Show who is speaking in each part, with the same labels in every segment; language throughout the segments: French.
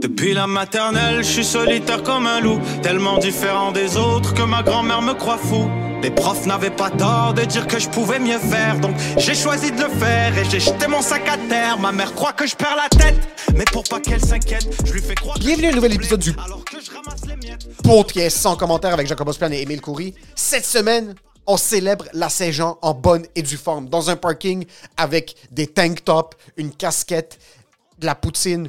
Speaker 1: Depuis la maternelle, je suis solitaire comme un loup, tellement différent des autres que ma grand-mère me croit fou. Les profs n'avaient pas tort de dire que je pouvais mieux faire, donc j'ai choisi de le faire et j'ai jeté mon sac à terre. Ma mère croit que je perds la tête, mais pour pas qu'elle s'inquiète, je lui fais croire. que
Speaker 2: Bienvenue à un
Speaker 1: je
Speaker 2: nouvel
Speaker 1: suis
Speaker 2: épisode du-
Speaker 1: alors que je ramasse les miettes.
Speaker 2: Podcast sans commentaire avec Jacob Ospian et Émile Coury. Cette semaine, on célèbre la Saint-Jean en bonne et due forme, dans un parking avec des tank tops, une casquette, de la poutine,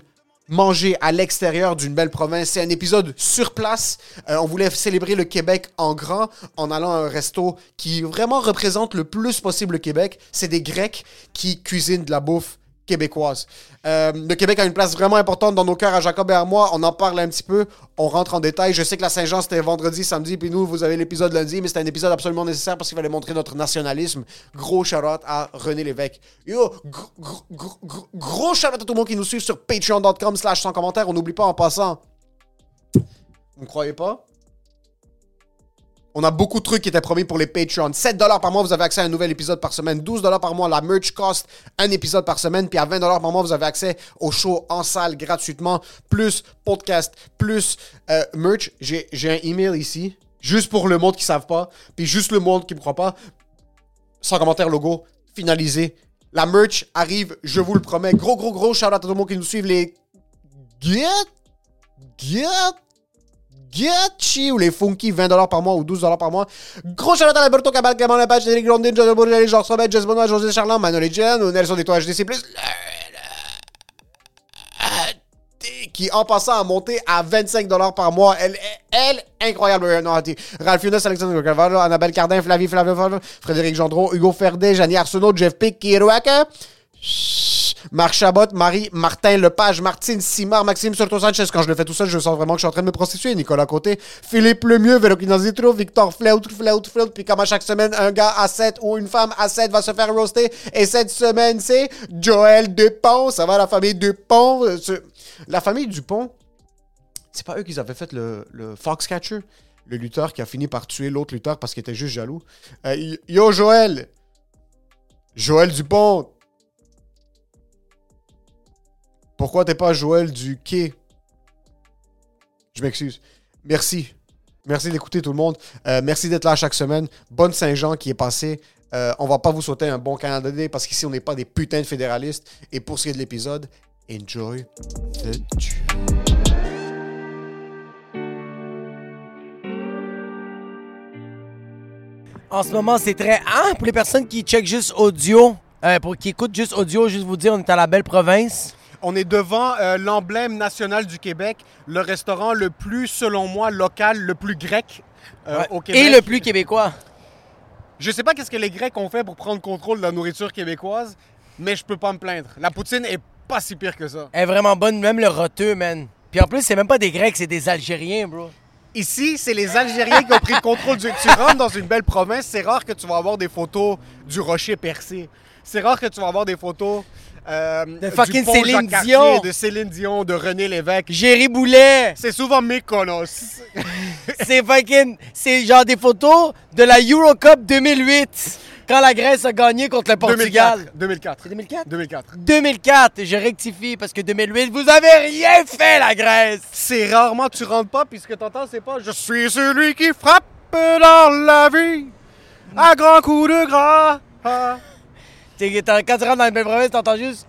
Speaker 2: manger à l'extérieur d'une belle province. C'est un épisode sur place. Euh, on voulait célébrer le Québec en grand en allant à un resto qui vraiment représente le plus possible le Québec. C'est des Grecs qui cuisinent de la bouffe québécoise. Euh, le Québec a une place vraiment importante dans nos cœurs à Jacob et à moi. On en parle un petit peu. On rentre en détail. Je sais que la Saint-Jean, c'était vendredi, samedi, puis nous, vous avez l'épisode lundi, mais c'était un épisode absolument nécessaire parce qu'il fallait montrer notre nationalisme. Gros charlotte à René Lévesque. Yo, gr- gr- gr- gr- gros charlotte à tout le monde qui nous suit sur patreon.com slash sans commentaire. On n'oublie pas en passant. Vous me croyez pas? On a beaucoup de trucs qui étaient promis pour les Patreons. 7 par mois, vous avez accès à un nouvel épisode par semaine. 12 par mois, la merch cost, un épisode par semaine. Puis à 20 par mois, vous avez accès au show en salle gratuitement, plus podcast, plus euh, merch. J'ai j'ai un email ici, juste pour le monde qui ne savent pas, puis juste le monde qui ne me croit pas. Sans commentaire, logo, finalisé. La merch arrive, je vous le promets. Gros, gros, gros shout-out à tout le monde qui nous suivent. Les Get, Get, Gucci ou les Funky, 20$ par mois ou 12$ par mois. Gros shout à Alberto Cabal, Clément Lepage, Cédric Grondin, José Bourgelet, Georges Robet, Jess Benoît, José Charland, Manuel Etienne, ou Nelson Détois, HDC+, qui en passant a monté à 25$ par mois. Elle est, elle, incroyable. Euh, non, attends. Ralph Younes, Alexandre Carvalho, Annabelle Cardin, Flavie Flavio, Flavio, Frédéric Gendron, Hugo Ferdet, Janie Arsenault, Jeff Pick, Kirouaka. Marc Chabot, Marie, Martin Lepage, Martine Simard, Maxime Surto Sanchez. Quand je le fais tout seul, je sens vraiment que je suis en train de me prostituer. Nicolas Côté, Philippe Lemieux, Vélocina Zitro, Victor Flaut, Flaut, Flaut. Puis comme à chaque semaine, un gars à 7 ou une femme à 7 va se faire roaster. Et cette semaine, c'est Joël Dupont. Ça va, la famille Dupont? Euh, ce- La famille Dupont, c'est pas eux qui avaient fait le, le Foxcatcher? Le lutteur qui a fini par tuer l'autre lutteur parce qu'il était juste jaloux. Euh, y- yo, Joël! Joël Dupont, pourquoi t'es pas Joël du quai? Je m'excuse. Merci. Merci d'écouter tout le monde. Euh, merci d'être là chaque semaine. Bonne Saint-Jean qui est passée. Euh, on va pas vous souhaiter un bon Canada Day parce qu'ici, on n'est pas des putains de fédéralistes. Et pour ce qui est de l'épisode, enjoy the tune.
Speaker 3: En ce moment, c'est très. Hein? Pour les personnes qui checkent juste audio, euh, pour qui écoutent juste audio, juste vous dire, on est à la belle province.
Speaker 4: On est devant euh, l'emblème national du Québec, le restaurant le plus, selon moi, local, le plus grec euh,
Speaker 3: Ouais.
Speaker 4: au Québec.
Speaker 3: Et le plus québécois.
Speaker 4: Je sais pas qu'est-ce que les Grecs ont fait pour prendre contrôle de la nourriture québécoise, mais je peux pas me plaindre. La poutine est pas si pire que ça.
Speaker 3: Elle est vraiment bonne, même le roteux, man. Puis en plus, c'est même pas des Grecs, c'est des Algériens, bro.
Speaker 4: Ici, c'est les Algériens qui ont pris le contrôle du. Tu rentres dans une belle province, c'est rare que tu vas avoir des photos du rocher percé. C'est rare que tu vas avoir des photos. euh, du
Speaker 3: fucking
Speaker 4: pont
Speaker 3: Céline
Speaker 4: Jacques-Cartier,
Speaker 3: Dion.
Speaker 4: De Céline Dion, de René Lévesque.
Speaker 3: Jerry Boulet,
Speaker 4: C'est souvent Mykonos.
Speaker 3: c'est fucking. C'est genre des photos de la Eurocup 2008, quand la Grèce a gagné contre le Portugal.
Speaker 4: 2004.
Speaker 3: 2004?
Speaker 4: 2004.
Speaker 3: 2004, je rectifie parce que 2008, vous avez rien fait, la Grèce!
Speaker 4: C'est rarement tu rentres pas, puis ce que t'entends, c'est pas « Je suis celui qui frappe dans la vie à grands coups de gras. Ah.
Speaker 3: T'es- t'es- Quand tu rentres dans une belle province, t'entends juste.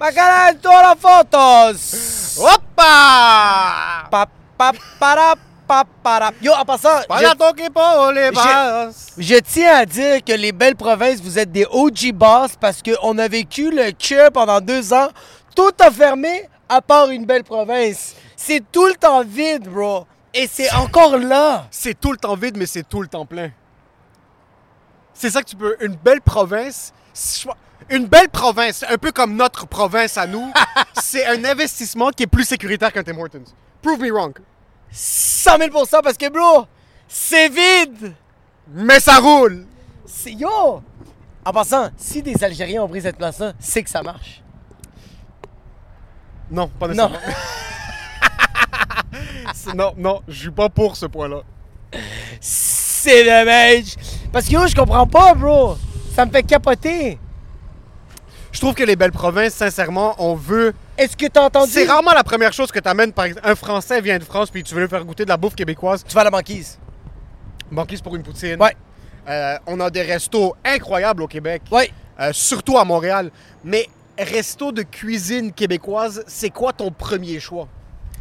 Speaker 3: Ma canale la photos!
Speaker 2: Hoppa!
Speaker 3: Pa, pa, para, pa, para. Yo, en passant, je-
Speaker 2: Para toquer pas les basses.
Speaker 3: Je tiens à dire que les belles provinces, vous êtes des OG boss parce qu'on a vécu le cœur pendant deux ans. Tout a fermé à part une belle province. C'est tout le temps vide, bro. Et c'est encore là.
Speaker 2: C'est tout le temps vide, mais c'est tout le temps plein. C'est ça que tu peux. Une belle province. si je- Une belle province, un peu comme notre province à nous, c'est un investissement qui est plus sécuritaire qu'un Tim Hortons. Prove me wrong.
Speaker 3: 100 000 parce que, bro, c'est vide.
Speaker 2: Mais ça roule!
Speaker 3: C'est yo. En passant, si des Algériens ont pris cette place-là, c'est que ça marche.
Speaker 2: Non, pas
Speaker 3: Non.
Speaker 2: nécessairement. C'est- Non, non, je suis pas pour ce point-là.
Speaker 3: C'est dommage. Parce que yo, je comprends pas, bro. Ça me fait capoter.
Speaker 2: Je trouve que les belles provinces, sincèrement, on veut.
Speaker 3: Est-ce que t'as entendu?
Speaker 2: C'est rarement la première chose que t'amènes. Par exemple, un Français vient de France puis tu veux lui faire goûter de la bouffe québécoise.
Speaker 3: Tu vas à la banquise.
Speaker 2: Banquise pour une poutine.
Speaker 3: Ouais.
Speaker 2: Euh, on a des restos incroyables au Québec.
Speaker 3: Ouais.
Speaker 2: Euh, surtout à Montréal. Mais resto de cuisine québécoise, c'est quoi ton premier choix?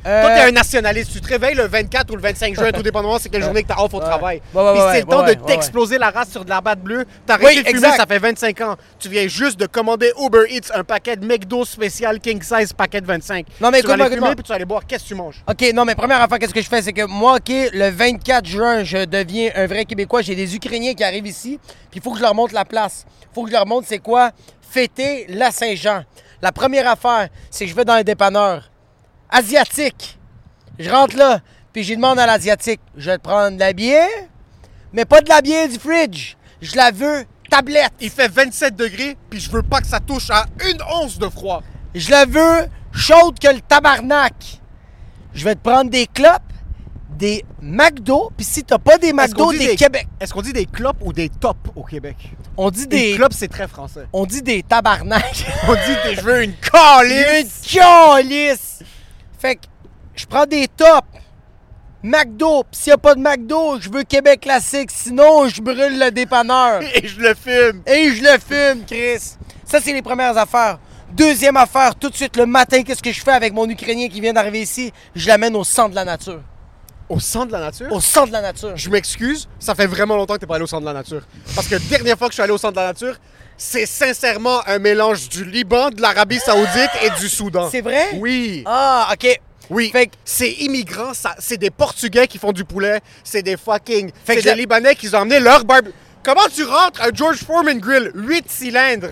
Speaker 2: Toi,
Speaker 3: Euh.
Speaker 2: t'es un nationaliste. Tu te réveilles le 24 ou le 25 juin, tout dépendamment c'est quelle journée que t'as off au travail.
Speaker 3: Ouais, ouais,
Speaker 2: Puis
Speaker 3: ouais,
Speaker 2: c'est le temps
Speaker 3: ouais, ouais,
Speaker 2: de
Speaker 3: ouais.
Speaker 2: t'exploser la race sur de la batte bleue. T'as arrêté de fumer,
Speaker 3: exact.
Speaker 2: ça fait 25 ans. Tu viens juste de commander Uber Eats, un paquet de McDo spécial King Size, paquet de 25.
Speaker 3: Non, mais
Speaker 2: tu vas aller fumer,
Speaker 3: écoute-moi, écoute-moi.
Speaker 2: puis tu vas aller boire. Qu'est-ce que tu manges?
Speaker 3: OK, non, mais première affaire, qu'est-ce que je fais? C'est que moi, OK, le 24 juin, je deviens un vrai Québécois. J'ai des Ukrainiens qui arrivent ici, puis il faut que je leur montre la place. faut que je leur montre c'est quoi fêter la Saint-Jean. La première affaire, c'est que je vais dans un dépanneur asiatique. Je rentre là, puis je demande à l'asiatique, je vais te prendre de la bière, mais pas de la bière du fridge. Je la veux tablette.
Speaker 2: Il fait 27 degrés, puis je veux pas que ça touche à une once de froid.
Speaker 3: Je la veux chaude que le tabarnak. Je vais te prendre des clopes, des McDo, puis si t'as pas des
Speaker 2: Est-ce qu'on
Speaker 3: McDo,
Speaker 2: dit
Speaker 3: des, Québec.
Speaker 2: Est-ce qu'on dit des clopes ou des tops au Québec?
Speaker 3: On dit
Speaker 2: Des
Speaker 3: des,
Speaker 2: clopes, c'est très français.
Speaker 3: on dit des tabarnak.
Speaker 2: On dit des... Je veux une
Speaker 3: Une
Speaker 2: calice!
Speaker 3: calisse. Fait que je prends des tops. McDo, pis s'il y a pas de McDo, je veux Québec classique, sinon je brûle le dépanneur.
Speaker 2: Et je le filme!
Speaker 3: Et je le fume, Chris. Ça, c'est les premières affaires. Deuxième affaire, tout de suite le matin, qu'est-ce que je fais avec mon Ukrainien qui vient d'arriver ici? Je l'amène au centre de la nature.
Speaker 2: Au centre de la nature?
Speaker 3: Au centre de la nature.
Speaker 2: Je m'excuse, ça fait vraiment longtemps que t'es pas allé au centre de la nature. Parce que dernière fois que je suis allé au centre de la nature, c'est sincèrement un mélange du Liban, de l'Arabie Saoudite et du Soudan.
Speaker 3: C'est vrai?
Speaker 2: Oui.
Speaker 3: Ah, OK.
Speaker 2: Oui,
Speaker 3: Fait que-
Speaker 2: c'est immigrants, ça- c'est des Portugais qui font du poulet, c'est des fucking,
Speaker 3: Fait que
Speaker 2: c'est des
Speaker 3: j'a-
Speaker 2: Libanais qui ont emmené leur barbe. Comment tu rentres un George Foreman grill 8 cylindres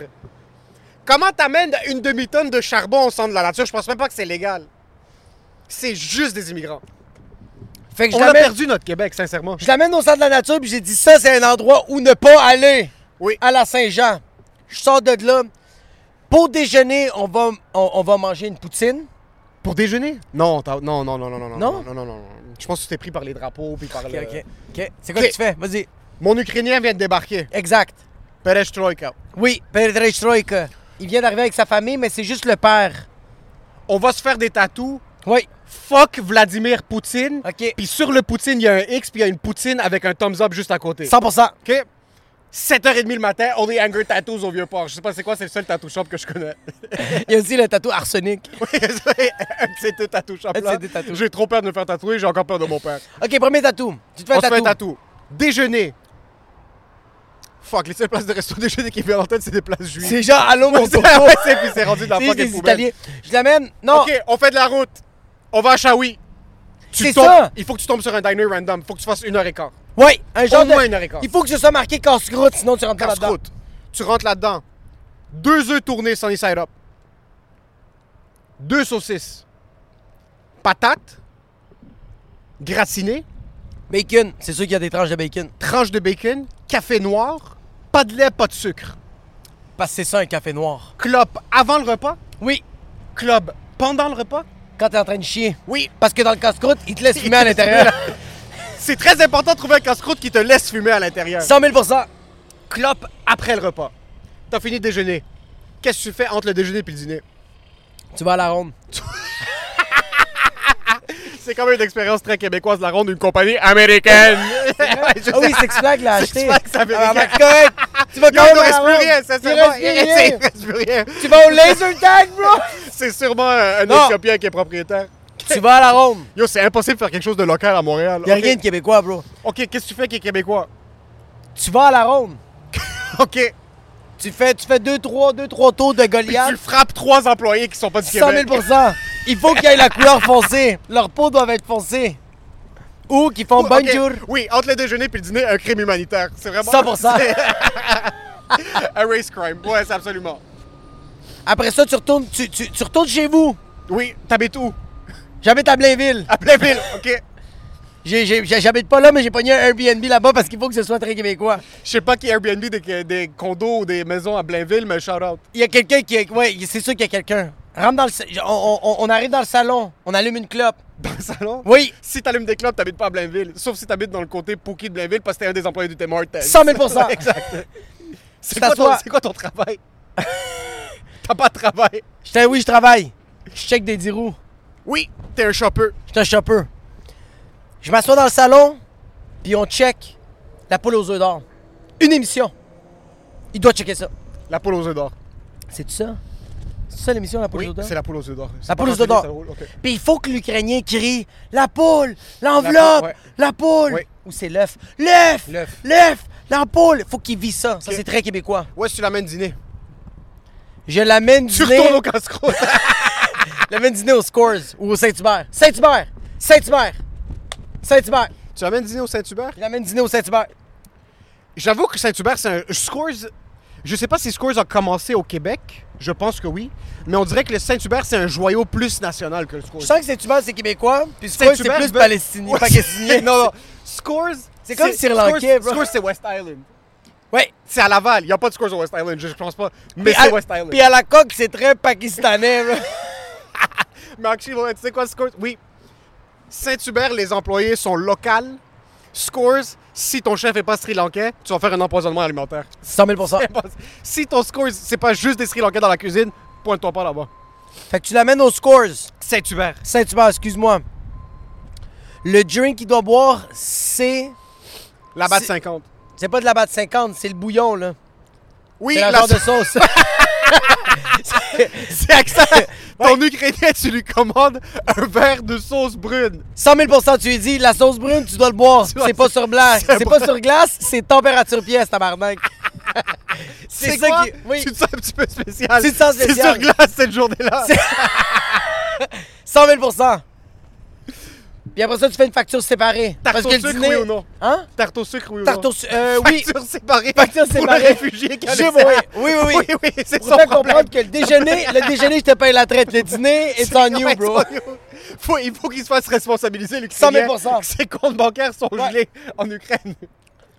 Speaker 2: Comment t'amènes une demi-tonne de charbon au centre de la nature Je pense même pas que c'est légal. C'est juste des immigrants.
Speaker 3: Fait que je
Speaker 2: On a
Speaker 3: l'amène-
Speaker 2: perdu notre Québec, sincèrement.
Speaker 3: je l'amène au centre de la nature, puis j'ai dit ça, c'est un endroit où ne pas aller.
Speaker 2: Oui.
Speaker 3: À la Saint-Jean. Je sors de là. Pour déjeuner, on va, on, on va manger une poutine.
Speaker 2: Pour déjeuner Non, t'as- non, non, non, non, non, non,
Speaker 3: Non?
Speaker 2: non, non, non, non. Je pense que tu t'es pris par les drapeaux puis par le.
Speaker 3: OK. C'est quoi
Speaker 2: Ok.
Speaker 3: que tu fais? Vas-y.
Speaker 2: Mon Ukrainien vient de débarquer.
Speaker 3: Exact.
Speaker 2: Perestroika.
Speaker 3: Oui, Perestroika. Il vient d'arriver avec sa famille, mais c'est juste le père.
Speaker 2: On va se faire des tatous.
Speaker 3: Oui.
Speaker 2: Fuck Vladimir Poutine.
Speaker 3: Ok.
Speaker 2: Puis sur le Poutine, il y a un X, puis il y a une Poutine avec un thumbs up juste à côté.
Speaker 3: 100
Speaker 2: OK? 7h30 le matin, on est Angry Tattoos au Vieux-Port. Je sais pas c'est quoi, c'est le seul tattoo shop que je connais.
Speaker 3: Il y a aussi le tatou arsenic.
Speaker 2: un de ces deux tattoo shops
Speaker 3: Un de
Speaker 2: là.
Speaker 3: ces deux tattoos.
Speaker 2: J'ai trop peur de me faire tatouer, j'ai encore peur de mon père.
Speaker 3: OK, premier tatou. Tu te fais
Speaker 2: On se
Speaker 3: un
Speaker 2: fait un
Speaker 3: tatou.
Speaker 2: tatou. Déjeuner. Fuck, les seules places de resto déjeuner qui me viennent en tête, c'est des places juives.
Speaker 3: C'est genre, allô, mon
Speaker 2: Ouais, c'est-
Speaker 3: tonton.
Speaker 2: ouais, c'est- puis c'est rendu dans la
Speaker 3: C'est
Speaker 2: fucking
Speaker 3: des
Speaker 2: poubelle.
Speaker 3: Italiens. Je l'amène. Non.
Speaker 2: OK, on fait de la route. On va à Shawi. Tu
Speaker 3: C'est
Speaker 2: tombes-
Speaker 3: ça.
Speaker 2: Il faut que tu tombes sur un diner random. Il faut que tu fasses une heure et quart.
Speaker 3: Oui, un genre de-
Speaker 2: moins une heure et quart.
Speaker 3: Il faut que ce soit marqué casse-croûte, sinon tu rentres pas là-dedans.
Speaker 2: Casse-croûte. Tu rentres là-dedans. Deux œufs tournés sunny side up. Deux saucisses. Patates. Gratinées.
Speaker 3: Bacon, c'est sûr qu'il y a des tranches de bacon.
Speaker 2: Tranche de bacon. Café noir. Pas de lait, pas de sucre.
Speaker 3: Parce que c'est ça un café noir.
Speaker 2: Clope avant le repas.
Speaker 3: Oui,
Speaker 2: Clope pendant le repas.
Speaker 3: quand t'es en train de chier.
Speaker 2: Oui.
Speaker 3: Parce que dans le casse-croûte, il te laisse fumer à l'intérieur.
Speaker 2: C'est très important de trouver un casse-croûte qui te laisse fumer à l'intérieur.
Speaker 3: 100 000 OK,
Speaker 2: clope après le repas. T'as fini de déjeuner. Qu'est-ce que tu fais entre le déjeuner et le dîner?
Speaker 3: Tu vas à la ronde.
Speaker 2: C'est quand même une expérience très québécoise, la ronde d'une compagnie américaine.
Speaker 3: Ah oui, Six Flags l'a
Speaker 2: Six
Speaker 3: acheté.
Speaker 2: Flags américain.
Speaker 3: Ah, mais correct.
Speaker 2: Tu vas
Speaker 3: quand
Speaker 2: Il
Speaker 3: même
Speaker 2: ne reste
Speaker 3: avoir-
Speaker 2: plus rien, ça
Speaker 3: Il reste plus rien.
Speaker 2: Il reste plus rien.
Speaker 3: Tu vas au laser tag, bro!
Speaker 2: C'est sûrement euh, un
Speaker 3: Non.
Speaker 2: Éthiopien qui est propriétaire.
Speaker 3: tu vas à la ronde.
Speaker 2: Yo, c'est impossible de faire quelque chose de local à Montréal.
Speaker 3: Y'a
Speaker 2: Ok.
Speaker 3: rien de québécois, bro.
Speaker 2: OK, qu'est-ce que tu fais qui est québécois?
Speaker 3: Tu vas à la ronde.
Speaker 2: OK.
Speaker 3: Tu fais, tu fais deux, trois, deux, trois tours de Goliath.
Speaker 2: Tu frappes trois employés qui sont pas du
Speaker 3: 100 000
Speaker 2: Québec.
Speaker 3: Il faut qu'il y ait la couleur foncée. Leurs peaux doivent être foncées. Ou qu'ils font
Speaker 2: Ok,
Speaker 3: bonjour.
Speaker 2: Oui, entre le déjeuner puis le dîner, un crime humanitaire. C'est vraiment
Speaker 3: 100
Speaker 2: un race crime. Ouais, c'est absolument.
Speaker 3: Après ça, tu retournes, tu, tu- tu retournes chez vous.
Speaker 2: Oui, t'habites où?
Speaker 3: J'habite à Blainville.
Speaker 2: À Blainville, OK.
Speaker 3: J'ai- j'ai- j'ai- J'habite pas là, mais j'ai pogné un Airbnb là-bas parce qu'il faut que ce soit très québécois.
Speaker 2: Je sais pas qui est Airbnb des, des condos ou des maisons à Blainville, mais shout out.
Speaker 3: Il y a quelqu'un qui. est- Ouais, c'est sûr qu'il y a quelqu'un. Rentre dans le. sa- On, on- on arrive dans le salon, on allume une clope.
Speaker 2: Dans le salon?
Speaker 3: Oui.
Speaker 2: Si t'allumes des clubs, t'habites pas à Blainville. Sauf si t'habites dans le côté Pookie de Blainville parce que t'es un des employés du Tim Hortons.
Speaker 3: 100 000
Speaker 2: exact. C'est
Speaker 3: Tu
Speaker 2: quoi, ton,
Speaker 3: t'assois.
Speaker 2: c'est quoi ton travail? T'as pas de travail.
Speaker 3: J'étais, oui, je travaille. Je check des 10 roues.
Speaker 2: Oui, t'es un shopper.
Speaker 3: J'étais un shopper. Je m'assois dans le salon, puis on check la poule aux œufs d'or. Une émission. Il doit checker ça.
Speaker 2: La poule aux œufs d'or.
Speaker 3: C'est-tu ça? C'est ça l'émission, la poule
Speaker 2: Oui,
Speaker 3: aux œufs d'or?
Speaker 2: c'est la poule aux œufs d'or. C'est
Speaker 3: La
Speaker 2: pas
Speaker 3: poule aux
Speaker 2: quand
Speaker 3: œufs
Speaker 2: tu lis,
Speaker 3: d'or.
Speaker 2: ça roule, ok.
Speaker 3: Puis il faut que l'Ukrainien crie La poule, l'enveloppe,
Speaker 2: ouais.
Speaker 3: la poule.
Speaker 2: Ouais.
Speaker 3: Ou c'est l'œuf. L'œuf,
Speaker 2: L'œuf.
Speaker 3: l'œuf, la poule. Faut qu'il vit ça. Ça, c'est très québécois.
Speaker 2: Ouais, si tu l'amènes dîner.
Speaker 3: Je l'amène
Speaker 2: Tu
Speaker 3: dîner,
Speaker 2: retournes au casse-croûte.
Speaker 3: je l'amène dîner au Scores ou au Saint-Hubert. Saint-Hubert, Saint-Hubert, Saint-Hubert.
Speaker 2: tu l'amènes dîner au Saint-Hubert?
Speaker 3: Je l'amène dîner au Saint-Hubert.
Speaker 2: J'avoue que Saint-Hubert, c'est un. Scores. Je sais pas si Scores a commencé au Québec. Je pense que oui. Mais on dirait que le Saint-Hubert, c'est un joyau plus national que le Scores.
Speaker 3: Je sens que Saint-Hubert, c'est québécois, puis Scores, c'est
Speaker 2: Saint-Hubert,
Speaker 3: plus
Speaker 2: ben-
Speaker 3: palestinien,
Speaker 2: Ouais,
Speaker 3: pakistanien.
Speaker 2: non, non. Scores.
Speaker 3: C'est comme Sri Lankais,
Speaker 2: Scores-
Speaker 3: bro.
Speaker 2: Scores, c'est West Island.
Speaker 3: Ouais.
Speaker 2: C'est à Laval. Il n'y a pas de Scores au West Island, je je pense pas. Mais
Speaker 3: Puis
Speaker 2: c'est
Speaker 3: à-
Speaker 2: West Island.
Speaker 3: Puis à la coque, c'est très pakistanais. là.
Speaker 2: Mais actually, ouais, tu sais quoi, Scores? Oui. Saint-Hubert, les employés sont locaux. Scores, si ton chef n'est pas Sri Lankais, tu vas faire un empoisonnement alimentaire.
Speaker 3: 100 000
Speaker 2: Si ton Scores, c'est pas juste des Sri Lankais dans la cuisine, pointe-toi pas là-bas.
Speaker 3: Fait que tu l'amènes au Scores.
Speaker 2: Saint-Hubert.
Speaker 3: Saint-Hubert, excuse-moi. Le drink qu'il doit boire, c'est.
Speaker 2: Là-bas de
Speaker 3: C'est-
Speaker 2: 50.
Speaker 3: C'est pas de la batte 50, c'est le bouillon, là.
Speaker 2: Oui,
Speaker 3: C'est la
Speaker 2: la
Speaker 3: genre de sauce.
Speaker 2: c'est accent. Ton Ukrainien, tu lui commandes un verre de sauce brune.
Speaker 3: 100 000 tu lui dis, la sauce brune, tu dois le boire.
Speaker 2: dois-
Speaker 3: C'est pas sur glace.
Speaker 2: c'est
Speaker 3: C'est
Speaker 2: pas-
Speaker 3: pas sur glace, c'est température pièce, tabarnak.
Speaker 2: C'est quoi?
Speaker 3: qui. Oui.
Speaker 2: Tu te sens un petit peu spécial.
Speaker 3: Tu te sens
Speaker 2: C'est
Speaker 3: spécial.
Speaker 2: sur glace cette journée-là.
Speaker 3: C'est- 100 000 Puis après ça, tu fais une facture séparée.
Speaker 2: Tarte au sucre, oui ou non?
Speaker 3: Hein?
Speaker 2: Tarte au sucre, oui ou
Speaker 3: Tarte
Speaker 2: non?
Speaker 3: au su- euh, oui.
Speaker 2: Facture séparée.
Speaker 3: Facture
Speaker 2: Pour le
Speaker 3: séparée.
Speaker 2: réfugié qui a
Speaker 3: J'ai-
Speaker 2: laissé-
Speaker 3: oui, oui, oui, oui.
Speaker 2: oui, c'est
Speaker 3: Faut
Speaker 2: son problème.
Speaker 3: bien comprendre que le déjeuner, le déjeuner, je te paye la traite. Le dîner, it's on you,
Speaker 2: Ouais,
Speaker 3: bro.
Speaker 2: it's on you. Faut, il faut qu'il se fasse responsabiliser, lui.
Speaker 3: 100 000
Speaker 2: Ses comptes bancaires sont
Speaker 3: Ouais.
Speaker 2: gelés en Ukraine.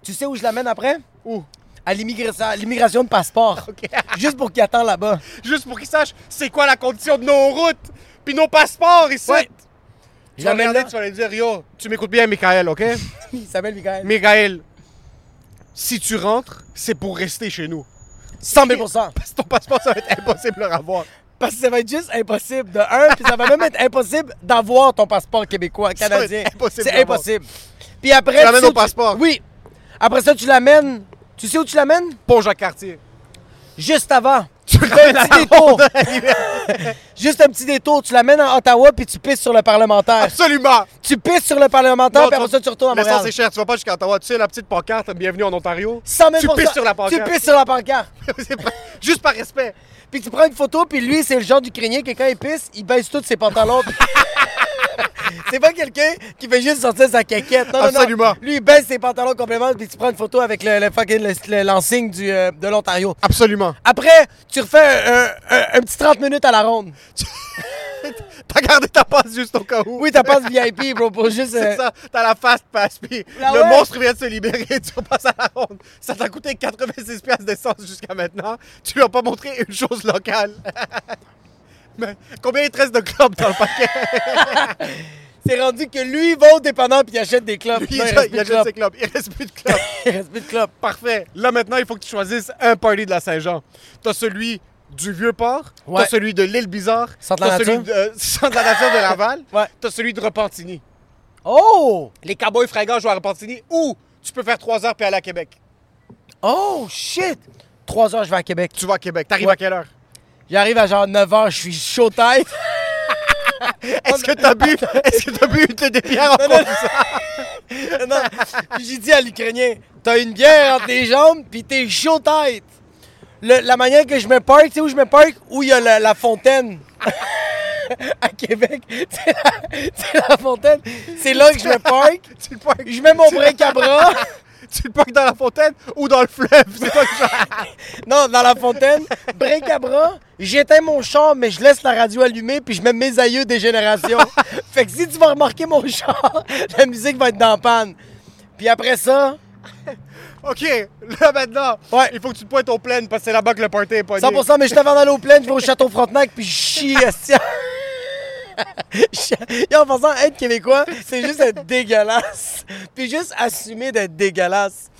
Speaker 3: Tu sais où je l'amène après?
Speaker 2: Où?
Speaker 3: À l'immigra- à l'immigration de passeport. Juste pour qu'il attend là-bas.
Speaker 2: Juste pour qu'il sache c'est quoi la condition de nos routes puis nos passeports ici.
Speaker 3: Ouais.
Speaker 2: Tu vas regarder, tu vas lui dire, yo, tu m'écoutes bien, Michael, OK?
Speaker 3: Il s'appelle Michael.
Speaker 2: Michael, si tu rentres, c'est pour rester chez nous.
Speaker 3: 100 000
Speaker 2: Parce que ton passeport, ça va être impossible de le revoir.
Speaker 3: Parce que ça va être juste impossible de un, puis ça va même être impossible d'avoir ton passeport québécois,
Speaker 2: Ça va être
Speaker 3: canadien.
Speaker 2: impossible
Speaker 3: C'est
Speaker 2: d'avoir.
Speaker 3: impossible. Puis après.
Speaker 2: Tu l'amènes
Speaker 3: sais
Speaker 2: au
Speaker 3: où
Speaker 2: passeport.
Speaker 3: Oui. Après ça, tu l'amènes. Tu sais où tu l'amènes?
Speaker 2: Pont Jacques-Cartier.
Speaker 3: Juste avant.
Speaker 2: Tu
Speaker 3: fais un petit détour. Juste un petit détour. Tu l'amènes à Ottawa, puis tu pisses sur le parlementaire.
Speaker 2: Absolument!
Speaker 3: Tu pisses sur le parlementaire, puis après ça, tu retournes à
Speaker 2: L'essence
Speaker 3: Montréal.
Speaker 2: est chère, tu vas pas jusqu'à Ottawa. Tu sais, la petite pancarte, bienvenue en Ontario.
Speaker 3: 100 000
Speaker 2: Tu pisses sur la pancarte.
Speaker 3: Tu pisses sur la pancarte.
Speaker 2: C'est pas- Juste par respect.
Speaker 3: Puis tu prends une photo, puis lui, c'est le genre d'Ukrainien que quand il pisse, il baisse tous ses pantalons. c'est pas quelqu'un qui fait juste sortir sa caquette. Non, non, non.
Speaker 2: Absolument.
Speaker 3: Lui, il baisse ses pantalons complètement, puis tu prends une photo avec le, le fucking le- le- l'enseigne du, euh, de l'Ontario.
Speaker 2: Absolument.
Speaker 3: Après, tu refais un, un- un petit 30 minutes à la ronde.
Speaker 2: T'as gardé ta passe juste au cas où.
Speaker 3: Oui, ta passe VIP, bro, pour juste... euh,
Speaker 2: C'est ça, t'as la fast pass, puis
Speaker 3: Ah
Speaker 2: le
Speaker 3: ouais?
Speaker 2: monstre vient de se libérer, tu repasses à la ronde. Ça t'a coûté 86 piastres d'essence jusqu'à maintenant, tu lui as pas montré une chose locale. Mais combien il te reste de clubs dans le paquet?
Speaker 3: C'est rendu que lui, il va au dépanneur, puis il achète des clubs.
Speaker 2: il,
Speaker 3: Non,
Speaker 2: a-
Speaker 3: il
Speaker 2: il
Speaker 3: reste plus
Speaker 2: a
Speaker 3: de
Speaker 2: juste
Speaker 3: clubs.
Speaker 2: ses clubs, il reste plus de clubs.
Speaker 3: Il reste plus de clubs.
Speaker 2: Parfait, là maintenant, il faut que tu choisisses un party de la Saint-Jean. T'as celui du Vieux-Port,
Speaker 3: Ouais.
Speaker 2: t'as celui de l'île Bizarre,
Speaker 3: Centre de la
Speaker 2: t'as celui de,
Speaker 3: Nature.
Speaker 2: euh, Centre de la Nature de Laval,
Speaker 3: Ouais.
Speaker 2: t'as celui de Repentigny.
Speaker 3: Oh!
Speaker 2: Les Cowboys fringants jouent à Repentigny, ou tu peux faire 3 heures puis aller à Québec.
Speaker 3: Oh, shit! Trois heures, je vais à Québec.
Speaker 2: Tu vas à Québec. T'arrives
Speaker 3: Ouais.
Speaker 2: à quelle heure?
Speaker 3: J'arrive à genre 9 heures, je suis chaud tête.
Speaker 2: Est-ce que t'as bu? Est-ce que t'as bu une des bières en provençal?
Speaker 3: Non, puis j'ai dit à l'Ukrainien, t'as une bière entre tes jambes, puis t'es chaud tête. Le- la manière que je me parque, tu sais où je me parque? Où il y a la, la fontaine. à Québec, tu sais, la- tu sais, la fontaine, c'est là que je me parque.
Speaker 2: Tu le parques-
Speaker 3: Je mets mon
Speaker 2: tu-
Speaker 3: break à bras.
Speaker 2: Tu le parques dans la fontaine ou dans le fleuve? C'est toi qui
Speaker 3: Non, dans la fontaine, break à bras. J'éteins mon char, mais je laisse la radio allumée, puis je mets mes aïeux des générations. fait que si tu vas remarquer mon char, la musique va être dans la panne. Puis après ça,
Speaker 2: OK, là maintenant,
Speaker 3: Ouais.
Speaker 2: il faut que tu te pointes au plaine parce que c'est là-bas que le party est pogné.
Speaker 3: 100%, mais je avant d'aller au plaines, je vais au château Frontenac, puis je chie, esti. Et en pensant être québécois, c'est juste être dégueulasse. Puis juste assumer d'être dégueulasse.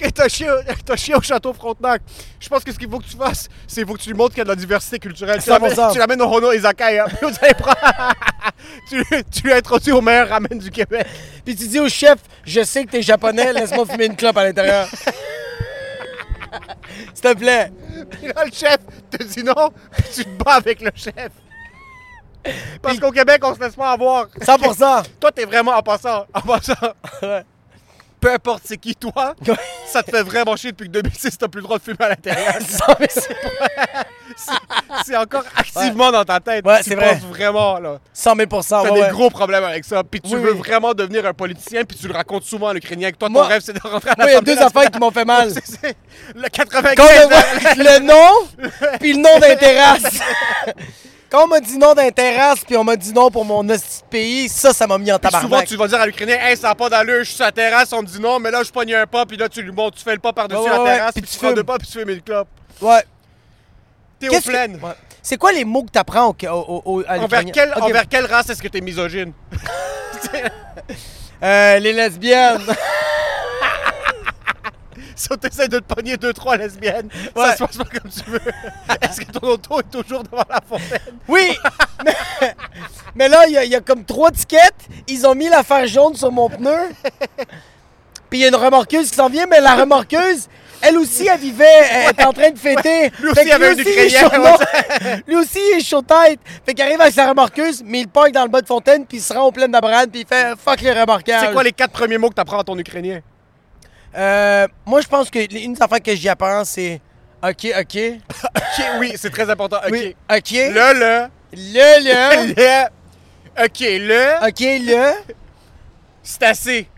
Speaker 2: Ok, T'as chié, au- t'as chié au château Frontenac. Je pense que ce qu'il faut que tu fasses, c'est qu'il faut que tu lui montres qu'il y a de la diversité culturelle. Tu
Speaker 3: 100%.
Speaker 2: l'amènes- Tu l'amènes au Hono et Zakai. Hein, puis vous allez prendre- tu, tu lui as introduit au meilleur ramen du Québec.
Speaker 3: Puis tu dis au chef, je sais que t'es japonais, laisse-moi fumer une clope à l'intérieur. S'il te plaît.
Speaker 2: Et là, le chef te dit non, puis tu te bats avec le chef. Parce qu'au Québec, on se laisse pas avoir.
Speaker 3: 100%.
Speaker 2: Toi, t'es vraiment en passant. En passant. Peu importe c'est qui, toi, ça te fait vraiment chier depuis que 2006, t'as plus le droit de fumer à l'intérieur.
Speaker 3: Non, mais c'est-
Speaker 2: C'est encore activement dans ta tête.
Speaker 3: Ouais,
Speaker 2: tu
Speaker 3: c'est
Speaker 2: penses
Speaker 3: vrai.
Speaker 2: vraiment, là.
Speaker 3: 100 000
Speaker 2: T'as
Speaker 3: ouais, ouais.
Speaker 2: des gros problèmes avec ça. Puis tu
Speaker 3: Oui,
Speaker 2: veux
Speaker 3: oui.
Speaker 2: vraiment devenir un politicien, puis tu le racontes souvent à l'Ukrainien. Que toi,
Speaker 3: Moi-
Speaker 2: ton rêve, c'est de rentrer à
Speaker 3: Moi, il y a
Speaker 2: l'Assemblée
Speaker 3: deux affaires qui
Speaker 2: nationale.
Speaker 3: m'ont fait mal.
Speaker 2: C'est- c'est Le 95...
Speaker 3: Quand on voit le nom, puis le nom d'un terrasse. Quand on m'a dit non d'un terrasse, puis on m'a dit non pour mon hostie de pays, ça, ça m'a mis en
Speaker 2: Puis souvent,
Speaker 3: tabarnak.
Speaker 2: tu vas dire à l'Ukrainien, hey, ça n'a pas d'allure, je suis sur la terrasse, on me dit non, mais là, je pogne un pas, puis là, tu lui montres, tu fais le pas par-dessus
Speaker 3: Ouais,
Speaker 2: la
Speaker 3: ouais, ouais,
Speaker 2: terrasse,
Speaker 3: puis
Speaker 2: puis,
Speaker 3: tu
Speaker 2: tu fais
Speaker 3: fumes.
Speaker 2: deux pas, puis tu fais mille clopes.
Speaker 3: Ouais.
Speaker 2: T'es au
Speaker 3: Qu'est-ce que-
Speaker 2: plein.
Speaker 3: Ouais. C'est quoi les mots que t'apprends au, au, au, à
Speaker 2: Envers,
Speaker 3: l'Ukrainien?
Speaker 2: quelle,
Speaker 3: Ok.
Speaker 2: envers quelle race est-ce que t'es misogyne?
Speaker 3: Euh, les lesbiennes.
Speaker 2: Si on t'essaie de te pogner deux, trois lesbiennes,
Speaker 3: Ouais.
Speaker 2: ça se passe pas comme tu veux. est-ce que ton auto est toujours devant la fontaine?
Speaker 3: Oui! Mais, mais là, il y, a- il y a comme trois tickets. Ils ont mis l'affaire jaune sur mon pneu. Puis il y a une remorqueuse qui s'en vient, mais la remorqueuse, elle aussi, elle vivait, elle était en train de fêter.
Speaker 2: Lui
Speaker 3: Fait
Speaker 2: aussi,
Speaker 3: que
Speaker 2: avait un
Speaker 3: il est
Speaker 2: Ukrainien,
Speaker 3: chaud- non. lui aussi, il est chaud tête. Fait qu'il arrive avec sa remorqueuse, mais il parque dans le bas de fontaine, puis il se rend au plein de la brade, puis il fait fuck les remorquages.
Speaker 2: C'est quoi les quatre premiers mots que t'apprends à ton Ukrainien?
Speaker 3: Euh, moi, je pense que l- une des affaires que j'y apprends, c'est OK, OK.
Speaker 2: Ok, oui, c'est très important. Ok.
Speaker 3: Oui, OK.
Speaker 2: Le, le.
Speaker 3: Le, le.
Speaker 2: Le. Ok, le.
Speaker 3: OK, le.
Speaker 2: C'est assez.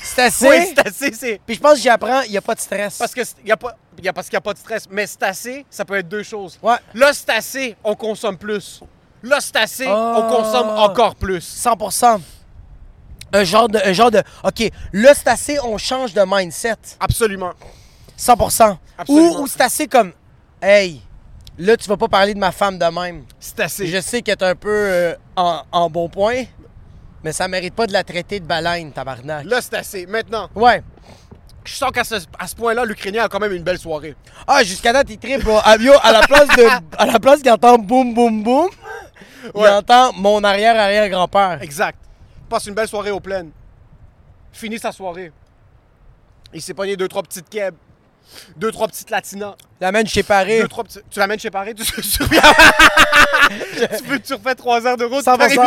Speaker 3: C'est assez.
Speaker 2: Oui, c'est assez, c'est.
Speaker 3: Puis je pense que j'y apprends, il n'y a pas de stress.
Speaker 2: Parce que c'est- y a pas. y a- parce qu'il n'y a pas de stress. Mais c'est assez, ça peut être deux choses.
Speaker 3: Ouais.
Speaker 2: Là, c'est assez, on consomme plus. Là, c'est assez,
Speaker 3: Ah.
Speaker 2: on consomme encore plus.
Speaker 3: 100 un genre, de, un genre de. OK, là, c'est assez, on change de mindset.
Speaker 2: Absolument.
Speaker 3: 100 Ou,
Speaker 2: Absolument.
Speaker 3: ou c'est assez comme. Hey, là, tu vas pas parler de ma femme de même.
Speaker 2: C'est assez.
Speaker 3: Je sais qu'elle est un peu euh, en, en bon point, mais ça mérite pas de la traiter de baleine, tabarnak.
Speaker 2: Là, c'est assez. Maintenant,
Speaker 3: Ouais.
Speaker 2: je sens qu'à ce, à ce point-là, l'Ukrainien a quand même une belle soirée.
Speaker 3: Ah, jusqu'à date, il tripe. là. Ah, yo, à la place, de, à la place qu'il entend boum, boum, boum, il
Speaker 2: Ouais.
Speaker 3: entend mon arrière-arrière-grand-père.
Speaker 2: Exact. Passe une belle soirée au plaines. Finit sa soirée. Il s'est pogné deux, trois petites kebs. Deux, trois petites latinas.
Speaker 3: La main, je suis paré.
Speaker 2: Deux, trois petits- Tu l'amènes chez Paris, tu, tu, tu reviens. tu, peux- tu refais trois heures de route. t'arrives
Speaker 3: 100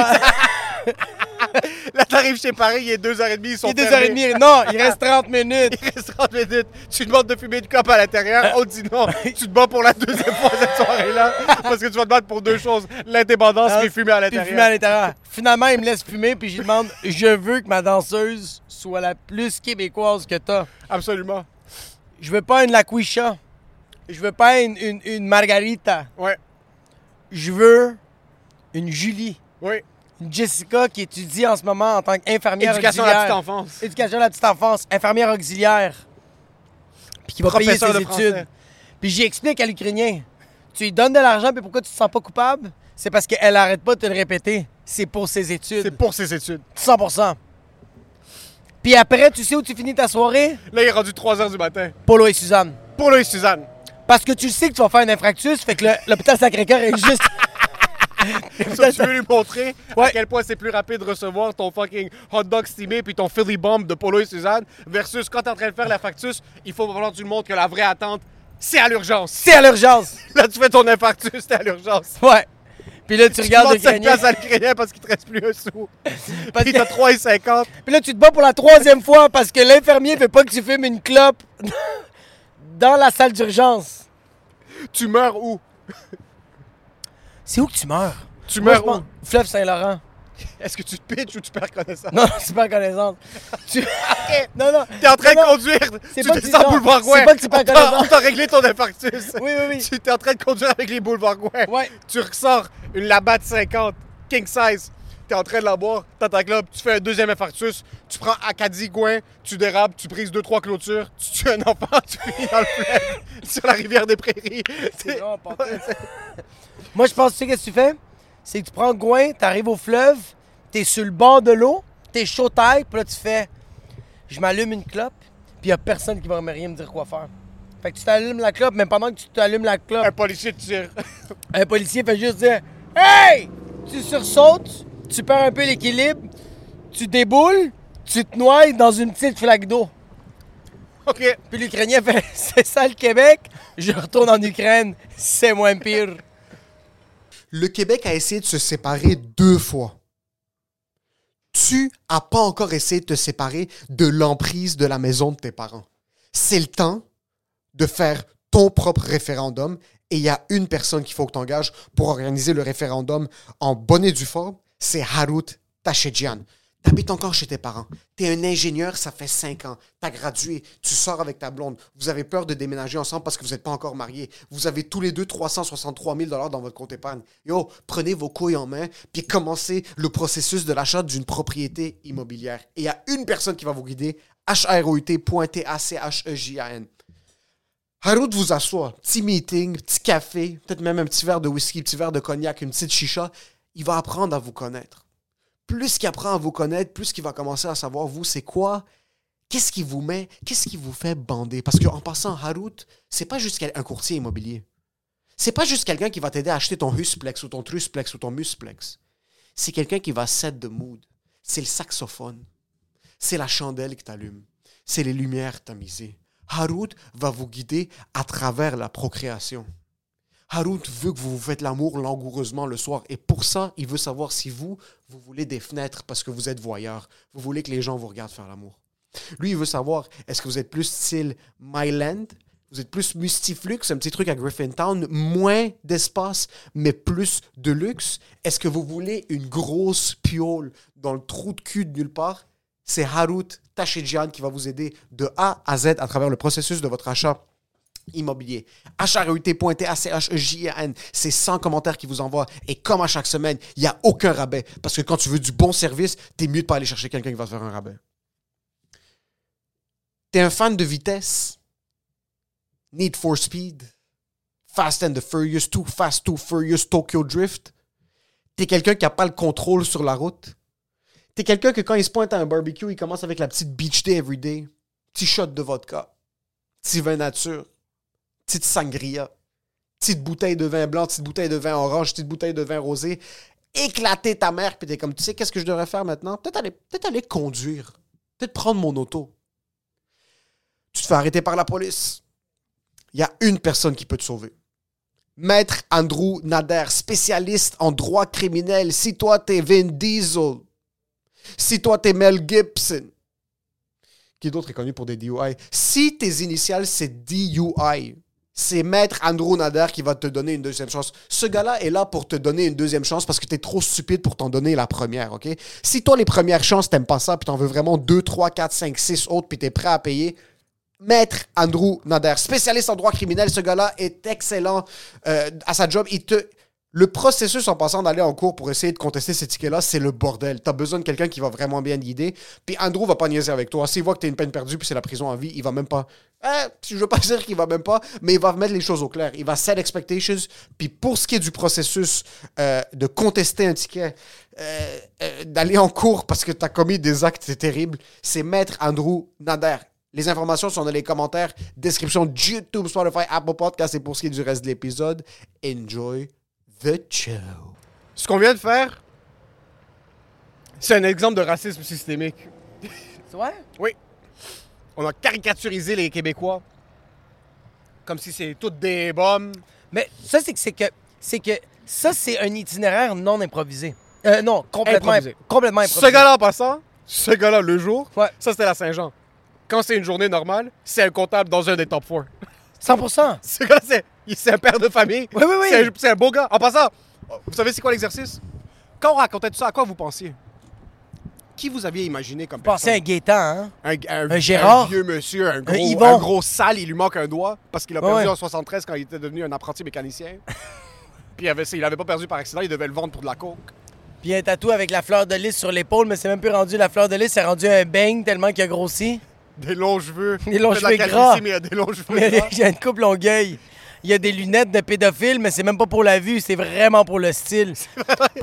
Speaker 2: ici- Là, t'arrives chez Paris, il est deux heures et demie, ils sont
Speaker 3: Il est
Speaker 2: fermés.
Speaker 3: 2h30. Non, il reste 30 minutes.
Speaker 2: Il reste 30 minutes. Tu demandes de fumer une clope à l'intérieur, on te dit non. Tu te bats pour la deuxième fois cette soirée-là parce que tu vas te battre pour deux choses, l'indépendance et fumer à
Speaker 3: Puis fumer à
Speaker 2: l'intérieur.
Speaker 3: l'intérieur. Finalement, il me laisse fumer, puis je lui demande Je veux que ma danseuse soit la plus québécoise que t'as.
Speaker 2: Absolument.
Speaker 3: Je veux pas une laquicha. Je veux pas une, une, une margarita.
Speaker 2: Ouais.
Speaker 3: Je veux une Julie.
Speaker 2: Oui.
Speaker 3: Une Jessica qui étudie en ce moment en tant qu'infirmière
Speaker 2: Éducation à la
Speaker 3: auxiliaire.
Speaker 2: petite enfance.
Speaker 3: Éducation à la petite enfance. Infirmière auxiliaire. Puis qui va
Speaker 2: Professeur
Speaker 3: payer
Speaker 2: de
Speaker 3: ses
Speaker 2: français.
Speaker 3: études. Puis j'explique à l'Ukrainien Tu lui donnes de l'argent, puis pourquoi tu te sens pas coupable C'est parce qu'elle arrête pas de te le répéter. C'est pour ses études.
Speaker 2: C'est pour ses études.
Speaker 3: 100 Puis après, tu sais où tu finis ta soirée?
Speaker 2: Là, il est rendu 3 heures du matin.
Speaker 3: Polo et Suzanne.
Speaker 2: Pour lui, Suzanne.
Speaker 3: Parce que tu le sais que tu vas faire un infractus, fait que le- l'hôpital Sacré-Cœur est juste.
Speaker 5: Ça, tu veux lui montrer à quel point c'est plus rapide de recevoir ton fucking hot dog steamé puis ton Philly Bomb de Polo et Suzanne versus quand t'es en train de faire la factus, il faut falloir que tu lui montres que la vraie attente, c'est à l'urgence.
Speaker 3: C'est à l'urgence.
Speaker 5: Là, tu fais ton infarctus, c'est à l'urgence.
Speaker 3: Ouais. Puis là, tu regardes le
Speaker 5: tu cette
Speaker 3: grenier.
Speaker 5: place à l'Ukrainien parce qu'il te reste plus un sou.
Speaker 3: Parce
Speaker 5: Puis
Speaker 3: que-
Speaker 5: t'as 3,50.
Speaker 3: Puis là, tu te bats pour la troisième fois parce que l'infirmier veut pas que tu fumes une clope dans la salle d'urgence.
Speaker 5: Tu meurs où?
Speaker 3: C'est où que tu meurs?
Speaker 5: Tu
Speaker 3: Moi,
Speaker 5: meurs
Speaker 3: je pense-
Speaker 5: où?
Speaker 3: Fleuve Saint-Laurent.
Speaker 5: Est-ce que tu te pitches ou tu perds connaissance?
Speaker 3: Non, c'est pas connaissance. Tu... non, non.
Speaker 5: T'es en train
Speaker 3: Non,
Speaker 5: de
Speaker 3: non.
Speaker 5: conduire,
Speaker 3: C'est
Speaker 5: tu
Speaker 3: pas que
Speaker 5: descends
Speaker 3: tu-
Speaker 5: boulevard
Speaker 3: c'est
Speaker 5: Gouin.
Speaker 3: pas que tu perds
Speaker 5: On t'a-
Speaker 3: connaissance.
Speaker 5: On t'a réglé ton infarctus.
Speaker 3: Oui, oui, oui.
Speaker 5: Tu t'es en train de conduire avec les boulevards Gouin.
Speaker 3: Ouais.
Speaker 5: Tu ressors une Labatt 50, king size. T'es en train de la boire, t'as ta clope, tu fais un deuxième infarctus, tu prends Acadie Gouin, tu dérapes, tu brises deux, trois clôtures, tu tues un enfant, tu finis dans le fleuve, sur la rivière des prairies.
Speaker 3: C'est
Speaker 5: C'est-
Speaker 3: vraiment important. Moi, je pense, tu sais, qu'est-ce que tu fais? C'est que tu prends Gouin, t'arrives au fleuve, t'es sur le bord de l'eau, t'es chaud taille, puis là, tu fais je m'allume une clope, puis y a personne qui va me- rien me dire quoi faire. Fait que tu t'allumes la clope, mais pendant que tu t'allumes la clope,
Speaker 5: Un policier te tire.
Speaker 3: Un policier fait juste dire Hey! Tu sursautes, tu perds un peu l'équilibre, tu déboules, tu te noies dans une petite flaque d'eau.
Speaker 5: OK.
Speaker 3: Puis l'Ukrainien fait C'est ça le Québec, je retourne en Ukraine, c'est moins pire.
Speaker 2: Le Québec a essayé de se séparer deux fois. Tu as pas encore essayé de te séparer de l'emprise de la maison de tes parents. C'est le temps de faire ton propre référendum et il y a une personne qu'il faut que tu engages pour organiser le référendum en bonne et due forme, c'est Harut Tachedjian. T'habites encore chez tes parents. T'es un ingénieur, ça fait cinq ans. T'as gradué, tu sors avec ta blonde. Vous avez peur de déménager ensemble parce que vous n'êtes pas encore mariés. Vous avez tous les deux 363 000 dollars dans votre compte épargne. Yo, prenez vos couilles en main puis commencez le processus de l'achat d'une propriété immobilière. Et il y a une personne qui va vous guider, E H-R-O-U-T.T-A-C-H-E-J-A-N. Harout vous assoit. Petit meeting, petit café, peut-être même un petit verre de whisky, petit verre de cognac, une petite chicha. Il va apprendre à vous connaître. Plus qu'il apprend à vous connaître, plus qu'il va commencer à savoir vous, c'est quoi, qu'est-ce qui vous met, qu'est-ce qui vous fait bander. Parce qu'en passant, Harout, c'est pas juste quel- un courtier immobilier. C'est pas juste quelqu'un qui va t'aider à acheter ton husplex ou ton trusplex ou ton musplex. C'est quelqu'un qui va set de mood. C'est le saxophone. C'est la chandelle que t'allumes. C'est les lumières tamisées. Harout va vous guider à travers la procréation. Harout veut que vous vous faites l'amour langoureusement le soir. Et pour ça, il veut savoir si vous, vous voulez des fenêtres parce que vous êtes voyeur. Vous voulez que les gens vous regardent faire l'amour. Lui, il veut savoir, est-ce que vous êtes plus style Myland? Vous êtes plus Mustiflux, un petit truc à Griffintown, moins d'espace, mais plus de luxe? Est-ce que vous voulez une grosse piole dans le trou de cul de nulle part? C'est Harut Tachidjian qui va vous aider de A à Z à travers le processus de votre achat immobilier. E H-R-U-T.T-A-C-H-E-J-A-N. C'est 100 commentaires qui vous envoient. Et comme à chaque semaine, il n'y a aucun rabais. Parce que quand tu veux du bon service, t'es mieux de pas aller chercher quelqu'un qui va te faire un rabais. T'es un fan de vitesse? Need for Speed? Fast and the Furious? Too Fast, Too Furious? Tokyo Drift? T'es quelqu'un qui n'a pas le contrôle sur la route? T'es quelqu'un que quand il se pointe à un barbecue, il commence avec la petite beach day everyday, petit shot de vodka, petit vin nature, petite sangria, petite bouteille de vin blanc, petite bouteille de vin orange, petite bouteille de vin rosé, éclater ta mère, puis t'es comme, tu sais, qu'est-ce que je devrais faire maintenant? Peut-être aller, peut aller conduire, peut-être prendre mon auto. Tu te fais arrêter par la police. Il y a une personne qui peut te sauver. Maître Andrew Nader, spécialiste en droit criminel. Si toi, t'es Vin Diesel, si toi, t'es Mel Gibson, qui d'autre est connu pour des DUI, si tes initiales, c'est DUI, c'est Maître Andrew Nader qui va te donner une deuxième chance. Ce gars-là est là pour te donner une deuxième chance parce que t'es trop stupide pour t'en donner la première, OK? Si toi, les premières chances, t'aimes pas ça, puis t'en veux vraiment 2, 3, 4, 5, 6 autres, puis t'es prêt à payer, Maître Andrew Nader, spécialiste en droit criminel, ce gars-là est excellent euh, à sa job. Il te... Le processus en passant d'aller en cours pour essayer de contester ces tickets-là, c'est le bordel. T'as besoin de quelqu'un qui va vraiment bien te guider. Puis Andrew va pas niaiser avec toi. S'il voit que t'es une peine perdue puis c'est la prison à vie, il va même pas. Eh, je veux pas dire qu'il va même pas, mais il va mettre les choses au clair. Il va set expectations. Puis pour ce qui est du processus euh, de contester un ticket, euh, euh, d'aller en cours parce que t'as commis des actes terribles, c'est maître Andrew Nader. Les informations sont dans les commentaires, description YouTube, Spotify, Apple Podcast et pour ce qui est du reste de l'épisode, enjoy the show. ce qu'on vient de faire, c'est un exemple de racisme systémique.
Speaker 3: Tu vois?
Speaker 2: Oui. On a caricaturisé les Québécois. Comme si c'est toutes des bombes.
Speaker 3: Mais ça, c'est que c'est que c'est que ça, c'est un itinéraire non improvisé. Euh, non, complètement
Speaker 2: Improvisé.
Speaker 3: Complètement
Speaker 2: Ce
Speaker 3: improvisé.
Speaker 2: gars-là en passant, ce gars-là le jour,
Speaker 3: Ouais.
Speaker 2: ça c'était la Saint-Jean. Quand c'est une journée normale, c'est un comptable dans un des top 4.
Speaker 3: 100
Speaker 2: Ce gars-là, c'est, il- c'est un père de famille.
Speaker 3: Oui, oui, oui.
Speaker 2: C'est un, c'est un beau gars. En passant, vous savez c'est quoi l'exercice? Quand on racontait tout ça, à quoi vous pensiez? Qui vous aviez imaginé comme
Speaker 3: Pensez à un
Speaker 2: personne?
Speaker 3: Gaétan, hein?
Speaker 2: Un,
Speaker 3: un
Speaker 2: Un
Speaker 3: Gérard?
Speaker 2: vieux monsieur, un gros,
Speaker 3: Yvon?
Speaker 2: un gros sale, il lui manque un doigt parce qu'il a
Speaker 3: Ouais,
Speaker 2: perdu
Speaker 3: ouais.
Speaker 2: en 73 quand il était devenu un apprenti mécanicien. Puis il avait, il avait pas perdu par accident, il devait le vendre pour de la coke.
Speaker 3: Puis un tatou avec la fleur de lys sur l'épaule, mais c'est même plus rendu la fleur de lys, c'est rendu un bang tellement qu'il a grossi.
Speaker 2: Des longs cheveux.
Speaker 3: Des longs
Speaker 2: Il fait de la
Speaker 3: cheveux
Speaker 2: calvitie,
Speaker 3: gras.
Speaker 2: mais il a des longs cheveux
Speaker 3: Mais
Speaker 2: gras.
Speaker 3: il y a une coupe longueuil. Il y a des lunettes de pédophile, mais c'est même pas pour la vue, c'est vraiment pour le style. Porte,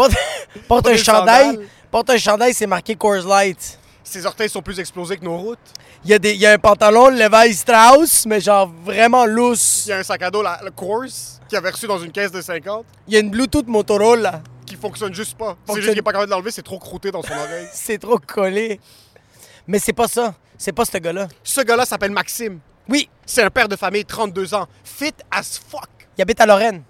Speaker 3: porte
Speaker 2: Pas
Speaker 3: un
Speaker 2: des
Speaker 3: chandail,
Speaker 2: sandales.
Speaker 3: porte un chandail, c'est marqué Coors Light.
Speaker 2: Ses orteils sont plus explosés que nos routes.
Speaker 3: Il y, a des, il y a un pantalon Levi Strauss, mais genre vraiment
Speaker 2: Il
Speaker 3: loose.
Speaker 2: y a un sac à dos, la, le Course, qu'il avait reçu dans une caisse de 50,
Speaker 3: Il y a une Bluetooth Motorola.
Speaker 2: qui fonctionne juste pas. C'est
Speaker 3: Fonctionne-
Speaker 2: juste qu'il est pas capable de l'enlever, c'est trop croûté dans son oreille.
Speaker 3: C'est trop collé. Mais c'est pas ça. C'est pas ce gars-là.
Speaker 2: Ce gars-là s'appelle Maxime.
Speaker 3: Oui,
Speaker 2: C'est un père de famille, 32 ans. Fit as fuck.
Speaker 3: il habite à Lorraine.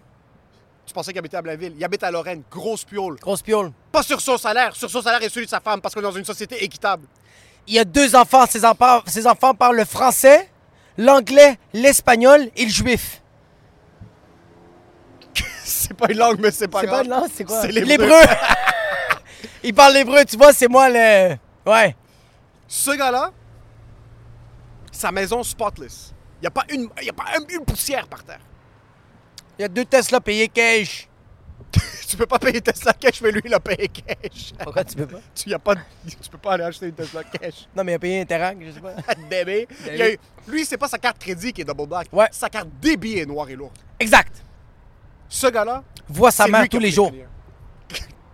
Speaker 2: Tu pensais qu'il habitait à Blainville. Il habite à Lorraine, grosse piole.
Speaker 3: Grosse pioule.
Speaker 2: Pas sur son salaire, sur son salaire et celui de sa femme, parce qu'on est dans une société équitable.
Speaker 3: Il y a deux enfants. Ses, enfants. ses enfants parlent le français, l'anglais, l'espagnol et le juif.
Speaker 2: C'est pas une langue, mais c'est pas
Speaker 3: C'est pas
Speaker 2: grave.
Speaker 3: de l'anglais, c'est quoi?
Speaker 2: C'est l'hébreu.
Speaker 3: L'hébreu. il parle l'hébreu. Tu vois, c'est moi le... Ouais.
Speaker 2: Ce gars-là, sa maison spotless. Il n'y a pas, une, y a pas un- une poussière par terre.
Speaker 3: Il y a deux Tesla payés cash.
Speaker 2: Tu peux pas payer Tesla cash, mais lui, il a payé cash.
Speaker 3: Pourquoi tu peux pas?
Speaker 2: tu, y a pas, de- tu peux pas aller acheter une Tesla cash.
Speaker 3: Non, mais il a payé Interac, je sais pas.
Speaker 2: Débit. Il y a eu- lui, c'est pas sa carte crédit qui est double black.
Speaker 3: Ben Ouais.
Speaker 2: Sa carte débit est noire et lourde.
Speaker 3: Exact.
Speaker 2: Ce gars-là,
Speaker 3: Voit sa
Speaker 2: c'est
Speaker 3: mère
Speaker 2: lui qui
Speaker 3: tous
Speaker 2: a
Speaker 3: les
Speaker 2: pris
Speaker 3: jours.
Speaker 2: clients.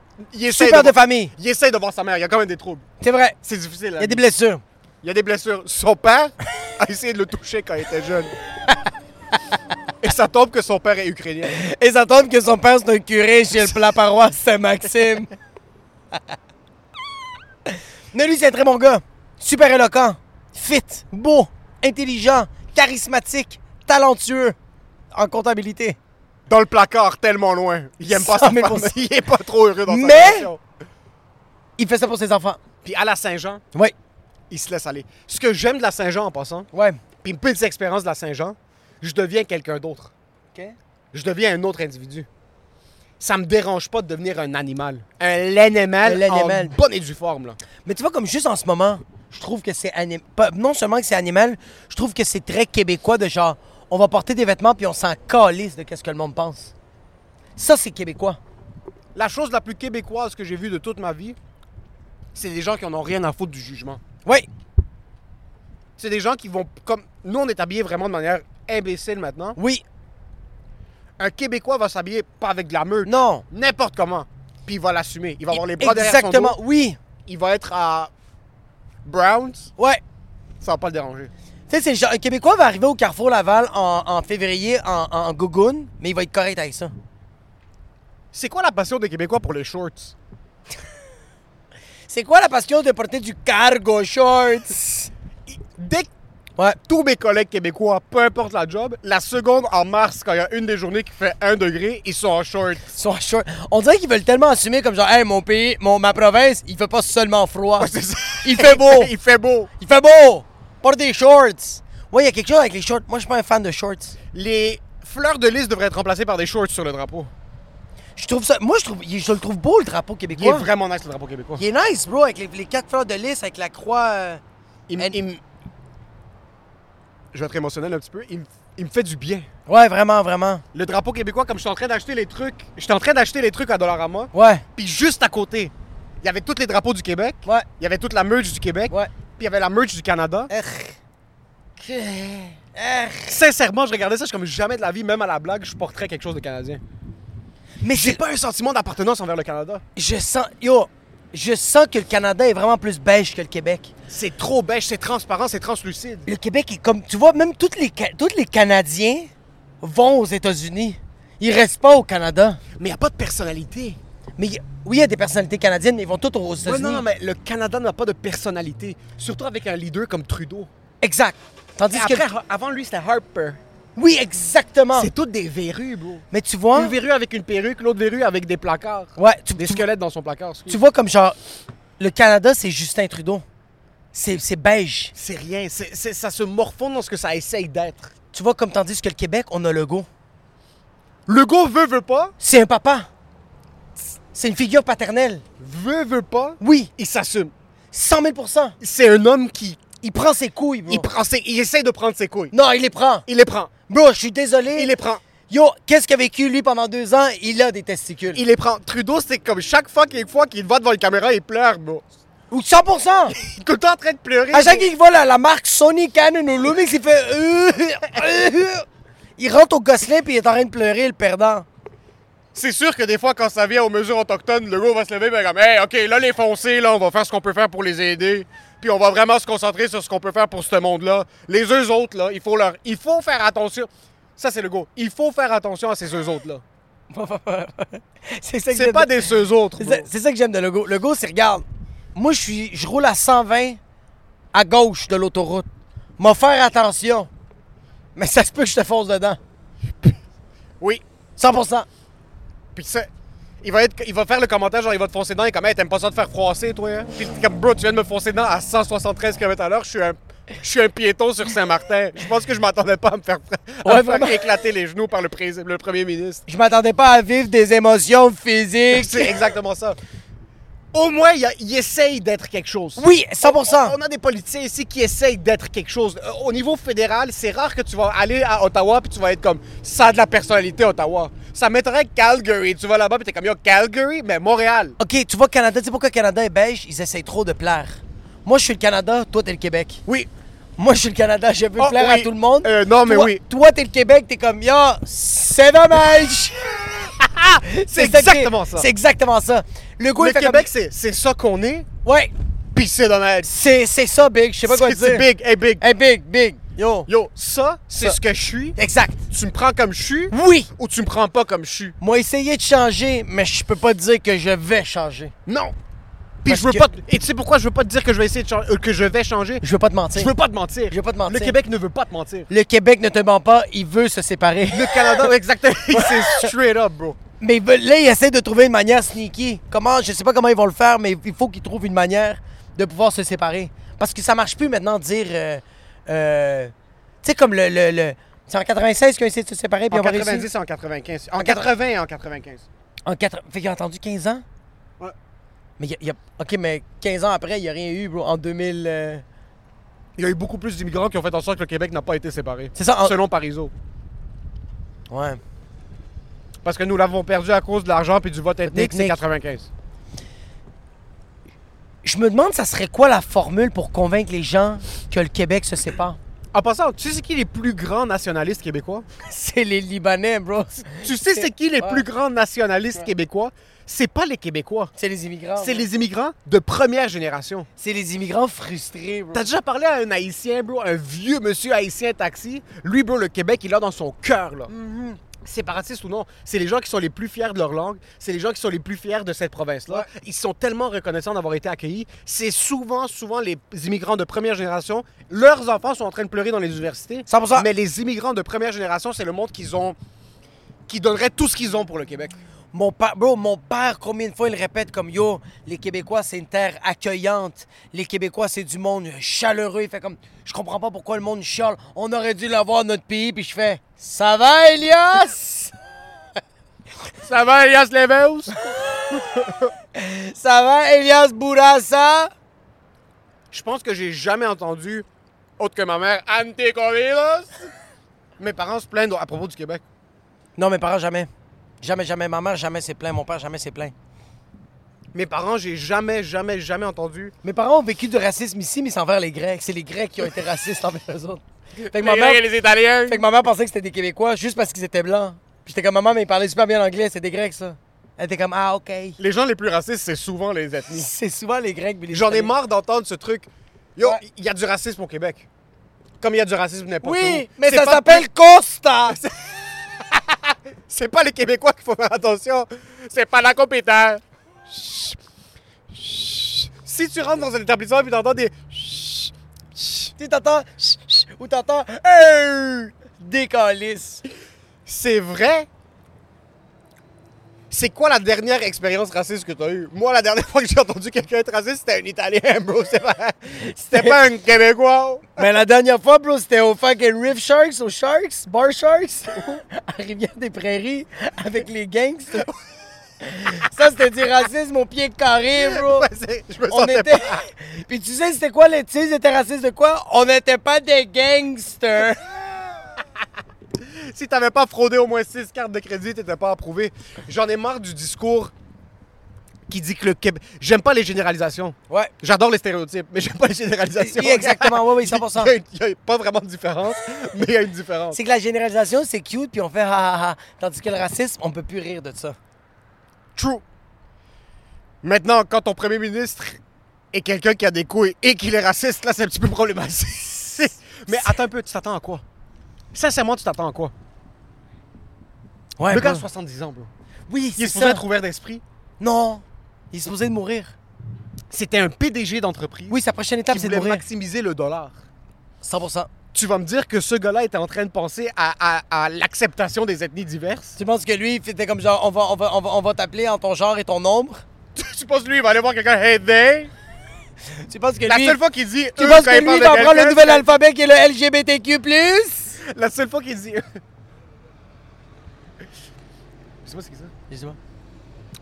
Speaker 2: il essaie
Speaker 3: Super de
Speaker 2: voir-
Speaker 3: famille.
Speaker 2: Il essaie de voir sa mère. Il y a quand même des troubles.
Speaker 3: C'est vrai.
Speaker 2: C'est difficile. hein. la
Speaker 3: Il y a des
Speaker 2: vie.
Speaker 3: blessures.
Speaker 2: Il y a des blessures. Son père a essayé de le toucher quand il était jeune. Et ça tombe que son père est ukrainien.
Speaker 3: Et ça tombe que son père, c'est un curé chez le- la paroisse Saint-Maxime. Mais lui, c'est un très bon gars. Super éloquent, fit, beau, intelligent, charismatique, talentueux en comptabilité.
Speaker 2: Dans le placard, tellement loin. Il aime pas sa
Speaker 3: 100 000
Speaker 2: femme. Il est pas trop heureux dans
Speaker 3: Mais-
Speaker 2: sa relation.
Speaker 3: Il fait ça pour ses enfants.
Speaker 2: Puis à la Saint-Jean,
Speaker 3: Oui,
Speaker 2: il se laisse aller. Ce que j'aime de la Saint-Jean en passant,
Speaker 3: ouais.
Speaker 2: puis une petite expérience de la Saint-Jean, je deviens quelqu'un d'autre. Je deviens un autre individu. Ça me dérange pas de devenir un animal. Un l'animal
Speaker 3: Un
Speaker 2: en
Speaker 3: l'animal.
Speaker 2: bonne et due forme. Là.
Speaker 3: Mais tu vois, comme juste en ce moment, je trouve que c'est anim- pas- Non seulement que c'est animal, je trouve que c'est très québécois de genre, on va porter des vêtements puis on s'en calisse de qu'est-ce que le monde pense. Ça, c'est québécois.
Speaker 2: La chose la plus québécoise que j'ai vue de toute ma vie, c'est des gens qui en ont rien à foutre du jugement.
Speaker 3: Oui,
Speaker 2: C'est des gens qui vont... comme Nous, on est habillés vraiment de manière imbécile maintenant.
Speaker 3: oui,
Speaker 2: Un Québécois va s'habiller pas avec de la meute.
Speaker 3: non.
Speaker 2: N'importe comment. Puis il va l'assumer. Il va avoir les bras derrière
Speaker 3: Exactement,
Speaker 2: son dos.
Speaker 3: oui.
Speaker 2: Il va être à Browns.
Speaker 3: Ouais.
Speaker 2: Ça va pas le déranger.
Speaker 3: Tu sais, c'est le genre- un Québécois va arriver au Carrefour Laval en, en février en, en gougoune, mais il va être correct avec ça.
Speaker 2: C'est quoi la passion des Québécois pour les shorts?
Speaker 3: C'est quoi la passion de porter du cargo shorts?
Speaker 2: Dès que
Speaker 3: Ouais.
Speaker 2: tous mes collègues québécois, peu importe la job, la seconde en mars, quand il y a une des journées qui fait 1 degré, ils sont en short.
Speaker 3: ils sont en short. On dirait qu'ils veulent tellement assumer comme genre, hey, mon pays, mon, ma province, il fait pas seulement froid. Il fait beau.
Speaker 2: il fait beau.
Speaker 3: il fait beau. Porte des shorts. Ouais, il y a quelque chose avec les shorts. Moi, je suis pas un fan de shorts.
Speaker 2: Les fleurs de lys devraient être remplacées par des shorts sur le drapeau.
Speaker 3: Je trouve ça. Moi, je trouve, je le trouve beau le drapeau
Speaker 2: Il est
Speaker 3: québécois.
Speaker 2: vraiment nice, le drapeau québécois.
Speaker 3: Il est nice, bro, avec les, les quatre fleurs de lys, avec la croix. euh,
Speaker 2: Il m-
Speaker 3: And-
Speaker 2: il m- Je vais être émotionnel un petit peu. Il, m- il me fait du bien.
Speaker 3: Ouais, vraiment, vraiment.
Speaker 2: Le drapeau québécois, comme je suis en train d'acheter les trucs, je suis en train d'acheter les trucs à Dollarama,
Speaker 3: Ouais,
Speaker 2: puis juste à côté, il y avait tous les drapeaux du Québec,
Speaker 3: ouais,
Speaker 2: il y avait toute la merch du Québec,
Speaker 3: ouais.
Speaker 2: puis il y avait la merch du Canada.
Speaker 3: Err. Que- Err.
Speaker 2: Sincèrement, je regardais ça, je suis comme jamais de la vie, même à la blague, je porterais quelque chose de canadien.
Speaker 3: Mais
Speaker 2: J'ai
Speaker 3: c'est
Speaker 2: pas un sentiment d'appartenance envers le Canada.
Speaker 3: Je sens. Yo, je sens que le Canada est vraiment plus beige que le Québec.
Speaker 2: C'est trop beige, c'est transparent, c'est translucide.
Speaker 3: Le Québec est comme. Tu vois, même tous les, Ca- tous les Canadiens vont aux États-Unis. Ils restent pas au Canada.
Speaker 2: Mais y a pas de personnalité.
Speaker 3: Mais il y a- oui, il y a des personnalités canadiennes, mais ils vont toutes aux
Speaker 2: Ouais,
Speaker 3: États-Unis.
Speaker 2: non, non, mais le Canada n'a pas de personnalité, surtout avec un leader comme Trudeau.
Speaker 3: Exact. Tandis que.
Speaker 2: Après, avant lui, c'était Harper.
Speaker 3: Oui, exactement.
Speaker 2: C'est toutes des verrues, bro.
Speaker 3: Mais tu vois.
Speaker 2: Une verrue avec une perruque, l'autre verrue avec des placards.
Speaker 3: Ouais, tu,
Speaker 2: Des
Speaker 3: tu-
Speaker 2: squelettes dans son placard. excuse.
Speaker 3: tu vois comme genre. Le Canada, c'est Justin Trudeau. C'est c'est beige.
Speaker 2: C'est rien. c'est- c'est- ça se morfond dans ce que ça essaye d'être.
Speaker 3: Tu vois comme tandis que le Québec, on a le go.
Speaker 2: Le gars veut, veut pas.
Speaker 3: C'est un papa. C'est une figure paternelle.
Speaker 2: Veut, veut pas.
Speaker 3: Oui,
Speaker 2: Il s'assume.
Speaker 3: 100 000
Speaker 2: C'est un homme qui.
Speaker 3: Il prend ses couilles, bro.
Speaker 2: Il, prend ses- il essaie de prendre ses couilles.
Speaker 3: Non, il les prend.
Speaker 2: Il les prend.
Speaker 3: Bro, je suis désolé.
Speaker 2: Il les prend.
Speaker 3: Yo, qu'est-ce qu'il a vécu, lui, pendant deux ans? Il a des testicules.
Speaker 2: Il les prend. Trudeau, c'est comme chaque fois qu'il fois qu'il va devant la caméra, il pleure, bro.
Speaker 3: Ou 100
Speaker 2: Il est tout le temps en train de pleurer.
Speaker 3: À chaque
Speaker 2: bro.
Speaker 3: fois qu'il voit la, la marque Sony, Canon ou Lumix, il fait... il rentre au gosselin puis il est en train de pleurer, le perdant.
Speaker 2: C'est sûr que des fois, quand ça vient aux mesures autochtones, le gars va se lever et comme, hey, OK, là, les foncés, là, on va faire ce qu'on peut faire pour les aider. Puis on va vraiment se concentrer sur ce qu'on peut faire pour ce monde-là. Les eux autres, là, il faut leur. Il faut faire attention. Ça, c'est le go. Il faut faire attention à ces eux autres-là.
Speaker 3: c'est ça que
Speaker 2: C'est
Speaker 3: j'aime
Speaker 2: pas
Speaker 3: de-
Speaker 2: des ceux autres.
Speaker 3: C'est
Speaker 2: bro.
Speaker 3: ça- c'est ça que j'aime de Lego. Lego, c'est regarde, moi je suis, je roule à 120 à gauche de l'autoroute. M'en faire attention, mais ça se peut que je te fonce dedans.
Speaker 2: Oui.
Speaker 3: 100%.
Speaker 2: Puis ça. Il va, être, il va faire le commentaire, genre, il va te foncer dedans et comme, hey, t'aimes pas ça de faire froisser, toi, hein? Puis t'es comme, bro, tu viens de me foncer dedans à 173 km à l'heure, je suis un. Je suis un piéton sur Saint-Martin. Je pense que je m'attendais pas à me faire, à
Speaker 3: Ouais,
Speaker 2: me faire
Speaker 3: vraiment.
Speaker 2: éclater les genoux par le, pré- le premier ministre.
Speaker 3: Je m'attendais pas à vivre des émotions physiques.
Speaker 2: C'est exactement ça. Au moins, il, y a- il essaye d'être quelque chose.
Speaker 3: Oui, 100%.
Speaker 2: On, on a des politiciens ici qui essayent d'être quelque chose. Euh, Au niveau fédéral, c'est rare que tu vas aller à Ottawa puis tu vas être comme ça a de la personnalité Ottawa. Ça m'étonnerait que Calgary. Tu vas là-bas puis t'es comme yo Calgary, mais Montréal.
Speaker 3: Ok, tu vois Canada, tu sais pourquoi Canada est beige Ils essayent trop de plaire. Moi je suis le Canada, toi t'es le Québec.
Speaker 2: Oui.
Speaker 3: Moi je suis le Canada, je veux
Speaker 2: Oh,
Speaker 3: plaire
Speaker 2: oui.
Speaker 3: à tout le monde.
Speaker 2: Euh, non, mais
Speaker 3: Toi-
Speaker 2: oui.
Speaker 3: Toi t'es le Québec, t'es comme yo, c'est dommage.
Speaker 2: C'est
Speaker 3: que-
Speaker 2: exactement ça.
Speaker 3: C'est exactement ça. Le goût
Speaker 2: Le Québec, c'est c'est ça qu'on est.
Speaker 3: Ouais,
Speaker 2: Puis c'est dommage.
Speaker 3: c'est, c'est ça, Big. Je sais pas quoi
Speaker 2: C'est
Speaker 3: te
Speaker 2: c'est
Speaker 3: dire.
Speaker 2: big, hey big.
Speaker 3: Hey, Big, Big. Yo.
Speaker 2: Yo, ça, c'est
Speaker 3: Ça.
Speaker 2: ce que je suis.
Speaker 3: Exact.
Speaker 2: Tu me prends comme je suis
Speaker 3: Oui.
Speaker 2: ou tu me prends pas comme je suis.
Speaker 3: Moi, essayé de changer, mais je peux pas te dire que je vais changer.
Speaker 2: Non. Puis
Speaker 3: Parce
Speaker 2: je veux
Speaker 3: que-
Speaker 2: pas. te- Et tu sais pourquoi je veux pas te dire que je vais essayer de changer, euh, que je vais changer.
Speaker 3: Je veux pas te mentir.
Speaker 2: Je veux pas te mentir.
Speaker 3: Je veux pas te mentir.
Speaker 2: Le Québec ne veut pas te mentir.
Speaker 3: Le Québec ne te ment pas, il veut se séparer.
Speaker 2: Le Canada, exactement. C'est straight up, bro.
Speaker 3: Mais ils veulent- là, ils essaient de trouver une manière sneaky. Comment, je sais pas comment ils vont le faire, mais il faut qu'ils trouvent une manière de pouvoir se séparer. Parce que ça marche plus maintenant de dire. euh, euh, tu sais, comme le. le, le- c'est en 96 qu'ils ont essayé de se séparer, puis
Speaker 2: En
Speaker 3: on va réussir.
Speaker 2: 90 et en 95. En 80 et en 95.
Speaker 3: En quatre... Fait qu'il a attendu 15 ans?
Speaker 2: Ouais.
Speaker 3: Mais y a- y a- OK, mais 15 ans après, il n'y a rien eu, bro. En 2000... euh,
Speaker 2: Il y a eu beaucoup plus d'immigrants qui ont fait en sorte que le Québec n'a pas été séparé.
Speaker 3: C'est ça, en-
Speaker 2: Selon Parizeau.
Speaker 3: Ouais.
Speaker 2: Parce que nous l'avons perdu à cause de l'argent puis du vote ethnique, c'est
Speaker 3: Ethnique.
Speaker 2: 95.
Speaker 3: Je me demande, ça serait quoi la formule pour convaincre les gens que le Québec se sépare?
Speaker 2: En passant, tu sais c'est qui les plus grands nationalistes québécois?
Speaker 3: C'est les Libanais, bro.
Speaker 2: Tu sais c'est qui les
Speaker 3: Ouais.
Speaker 2: plus grands nationalistes québécois? C'est pas les Québécois.
Speaker 3: C'est les immigrants.
Speaker 2: C'est
Speaker 3: ouais.
Speaker 2: les immigrants de première génération.
Speaker 3: C'est les immigrants frustrés, bro.
Speaker 2: T'as déjà parlé à un haïtien, bro, un vieux monsieur haïtien taxi. Lui, bro, le Québec, il l'a dans son cœur, là. Séparatiste ou non, c'est les gens qui sont les plus fiers de leur langue, c'est les gens qui sont les plus fiers de cette province-là. Ils sont tellement reconnaissants d'avoir été accueillis. C'est souvent, souvent les immigrants de première génération. Leurs enfants sont en train de pleurer dans les universités.
Speaker 3: 100%.
Speaker 2: Mais les immigrants de première génération, c'est le monde qu'ils ont. qui donnerait tout ce qu'ils ont pour le Québec.
Speaker 3: Mon père, bro, mon père, combien de fois il répète comme yo, les Québec,ois c'est une terre accueillante, les Québécois c'est du monde chaleureux. Il fait comme, je comprends pas pourquoi le monde chiale. On aurait dû l'avoir notre pays, puis je fais, ça va Elias,
Speaker 2: Ça va, Elias Leveus?
Speaker 3: ça va Elias Bourassa.
Speaker 2: Je pense que j'ai jamais entendu, autre que ma mère, Anticovilos. Mes parents se plaignent à propos du Québec.
Speaker 3: Non mes parents jamais, jamais jamais, ma mère jamais s'est plaint, mon père jamais s'est plaint.
Speaker 2: Mes parents, j'ai jamais, jamais, jamais entendu.
Speaker 3: Mes parents ont vécu du racisme ici, mais c'est envers les Grecs. C'est les Grecs qui ont été racistes envers eux autres. Fait que ma mère-
Speaker 2: les Italiens.
Speaker 3: Fait que ma mère pensait que c'était des Québécois juste parce qu'ils étaient blancs. Puis j'étais comme, maman, mais ils parlaient super bien anglais, c'est des Grecs, ça. Elle était comme, ah, OK.
Speaker 2: Les gens les plus racistes, c'est souvent les ethnies.
Speaker 3: C'est souvent les Grecs. puis les
Speaker 2: J'en ai
Speaker 3: Italiens.
Speaker 2: marre d'entendre ce truc. Yo,
Speaker 3: Ouais.
Speaker 2: il y a du racisme au Québec. Comme il y a du racisme n'importe où.
Speaker 3: Oui, mais
Speaker 2: C'est
Speaker 3: ça
Speaker 2: pas-
Speaker 3: s'appelle Costa.
Speaker 2: C'est pas les Québécois qu'il faut faire attention. C'est pas la compétence. Chut. Chut. Si tu rentres dans un établissement et t'entends des. chut, chut,
Speaker 3: Tu sais, t'entends chut, chut ou t'entends hey! des calices.
Speaker 2: C'est vrai? C'est quoi la dernière expérience raciste que t'as eue? Moi, la dernière fois que j'ai entendu quelqu'un être raciste, c'était un Italien, bro. C'était pas, c'était pas un Québécois.
Speaker 3: Mais la dernière fois, bro, c'était au fucking Riff Sharks, aux Sharks, Bar Sharks, à Rivière-des-Prairies, avec les gangsters. Ça, c'était du racisme au pied carré, bro.
Speaker 2: Ouais, c'est- je me
Speaker 3: On
Speaker 2: sentais
Speaker 3: était...
Speaker 2: pas.
Speaker 3: Puis tu sais, c'était quoi, les... tu sais, ils étaient racistes de quoi? On n'était pas des gangsters.
Speaker 2: Si t'avais pas fraudé au moins 6 cartes de crédit, t'étais pas approuvé. J'en ai marre du discours qui dit que le Québec. J'aime pas les généralisations.
Speaker 3: Ouais.
Speaker 2: J'adore les stéréotypes, mais j'aime pas les généralisations.
Speaker 3: Oui, exactement. Oui, oui, 100%.
Speaker 2: Il y a une- Il y, a pas vraiment de différence, mais il y a une différence.
Speaker 3: C'est que la généralisation, c'est cute, puis on fait ha ha ha. Tandis que le racisme, on peut plus rire de ça.
Speaker 2: True. Maintenant, quand ton premier ministre est quelqu'un qui a des couilles et qu'il est raciste, là, c'est un petit peu problématique. mais attends un peu, tu t'attends à quoi? Sincèrement, tu t'attends à quoi?
Speaker 3: Ouais,
Speaker 2: le gars a 70 ans, bro.
Speaker 3: Oui,
Speaker 2: Il
Speaker 3: c'est
Speaker 2: est supposé
Speaker 3: ça.
Speaker 2: être ouvert d'esprit.
Speaker 3: Non, il est supposé de mourir.
Speaker 2: C'était un PDG d'entreprise.
Speaker 3: Oui, sa prochaine étape,
Speaker 2: qui
Speaker 3: c'est de
Speaker 2: voulait
Speaker 3: mourir.
Speaker 2: maximiser le dollar.
Speaker 3: 100%.
Speaker 2: Tu vas me dire que ce gars-là était en train de penser à, à- à l'acceptation des ethnies diverses?
Speaker 3: Tu penses que lui, il était comme genre, on va, on va, on va, on va t'appeler en ton genre et ton nombre?
Speaker 2: Tu supposes lui, il va aller voir quelqu'un, hey they?
Speaker 3: Tu penses que
Speaker 2: La
Speaker 3: lui...
Speaker 2: seule fois qu'il dit.
Speaker 3: Tu
Speaker 2: eux,
Speaker 3: penses
Speaker 2: Euh, quand
Speaker 3: que
Speaker 2: il
Speaker 3: lui,
Speaker 2: parle
Speaker 3: il
Speaker 2: de
Speaker 3: va prendre le
Speaker 2: quelqu'un,
Speaker 3: nouvel
Speaker 2: c'est-
Speaker 3: alphabet qui est le LGBTQ+. Je
Speaker 2: La seule fois qu'il dit. C'est pas ce qu'il dit.
Speaker 3: sais pas.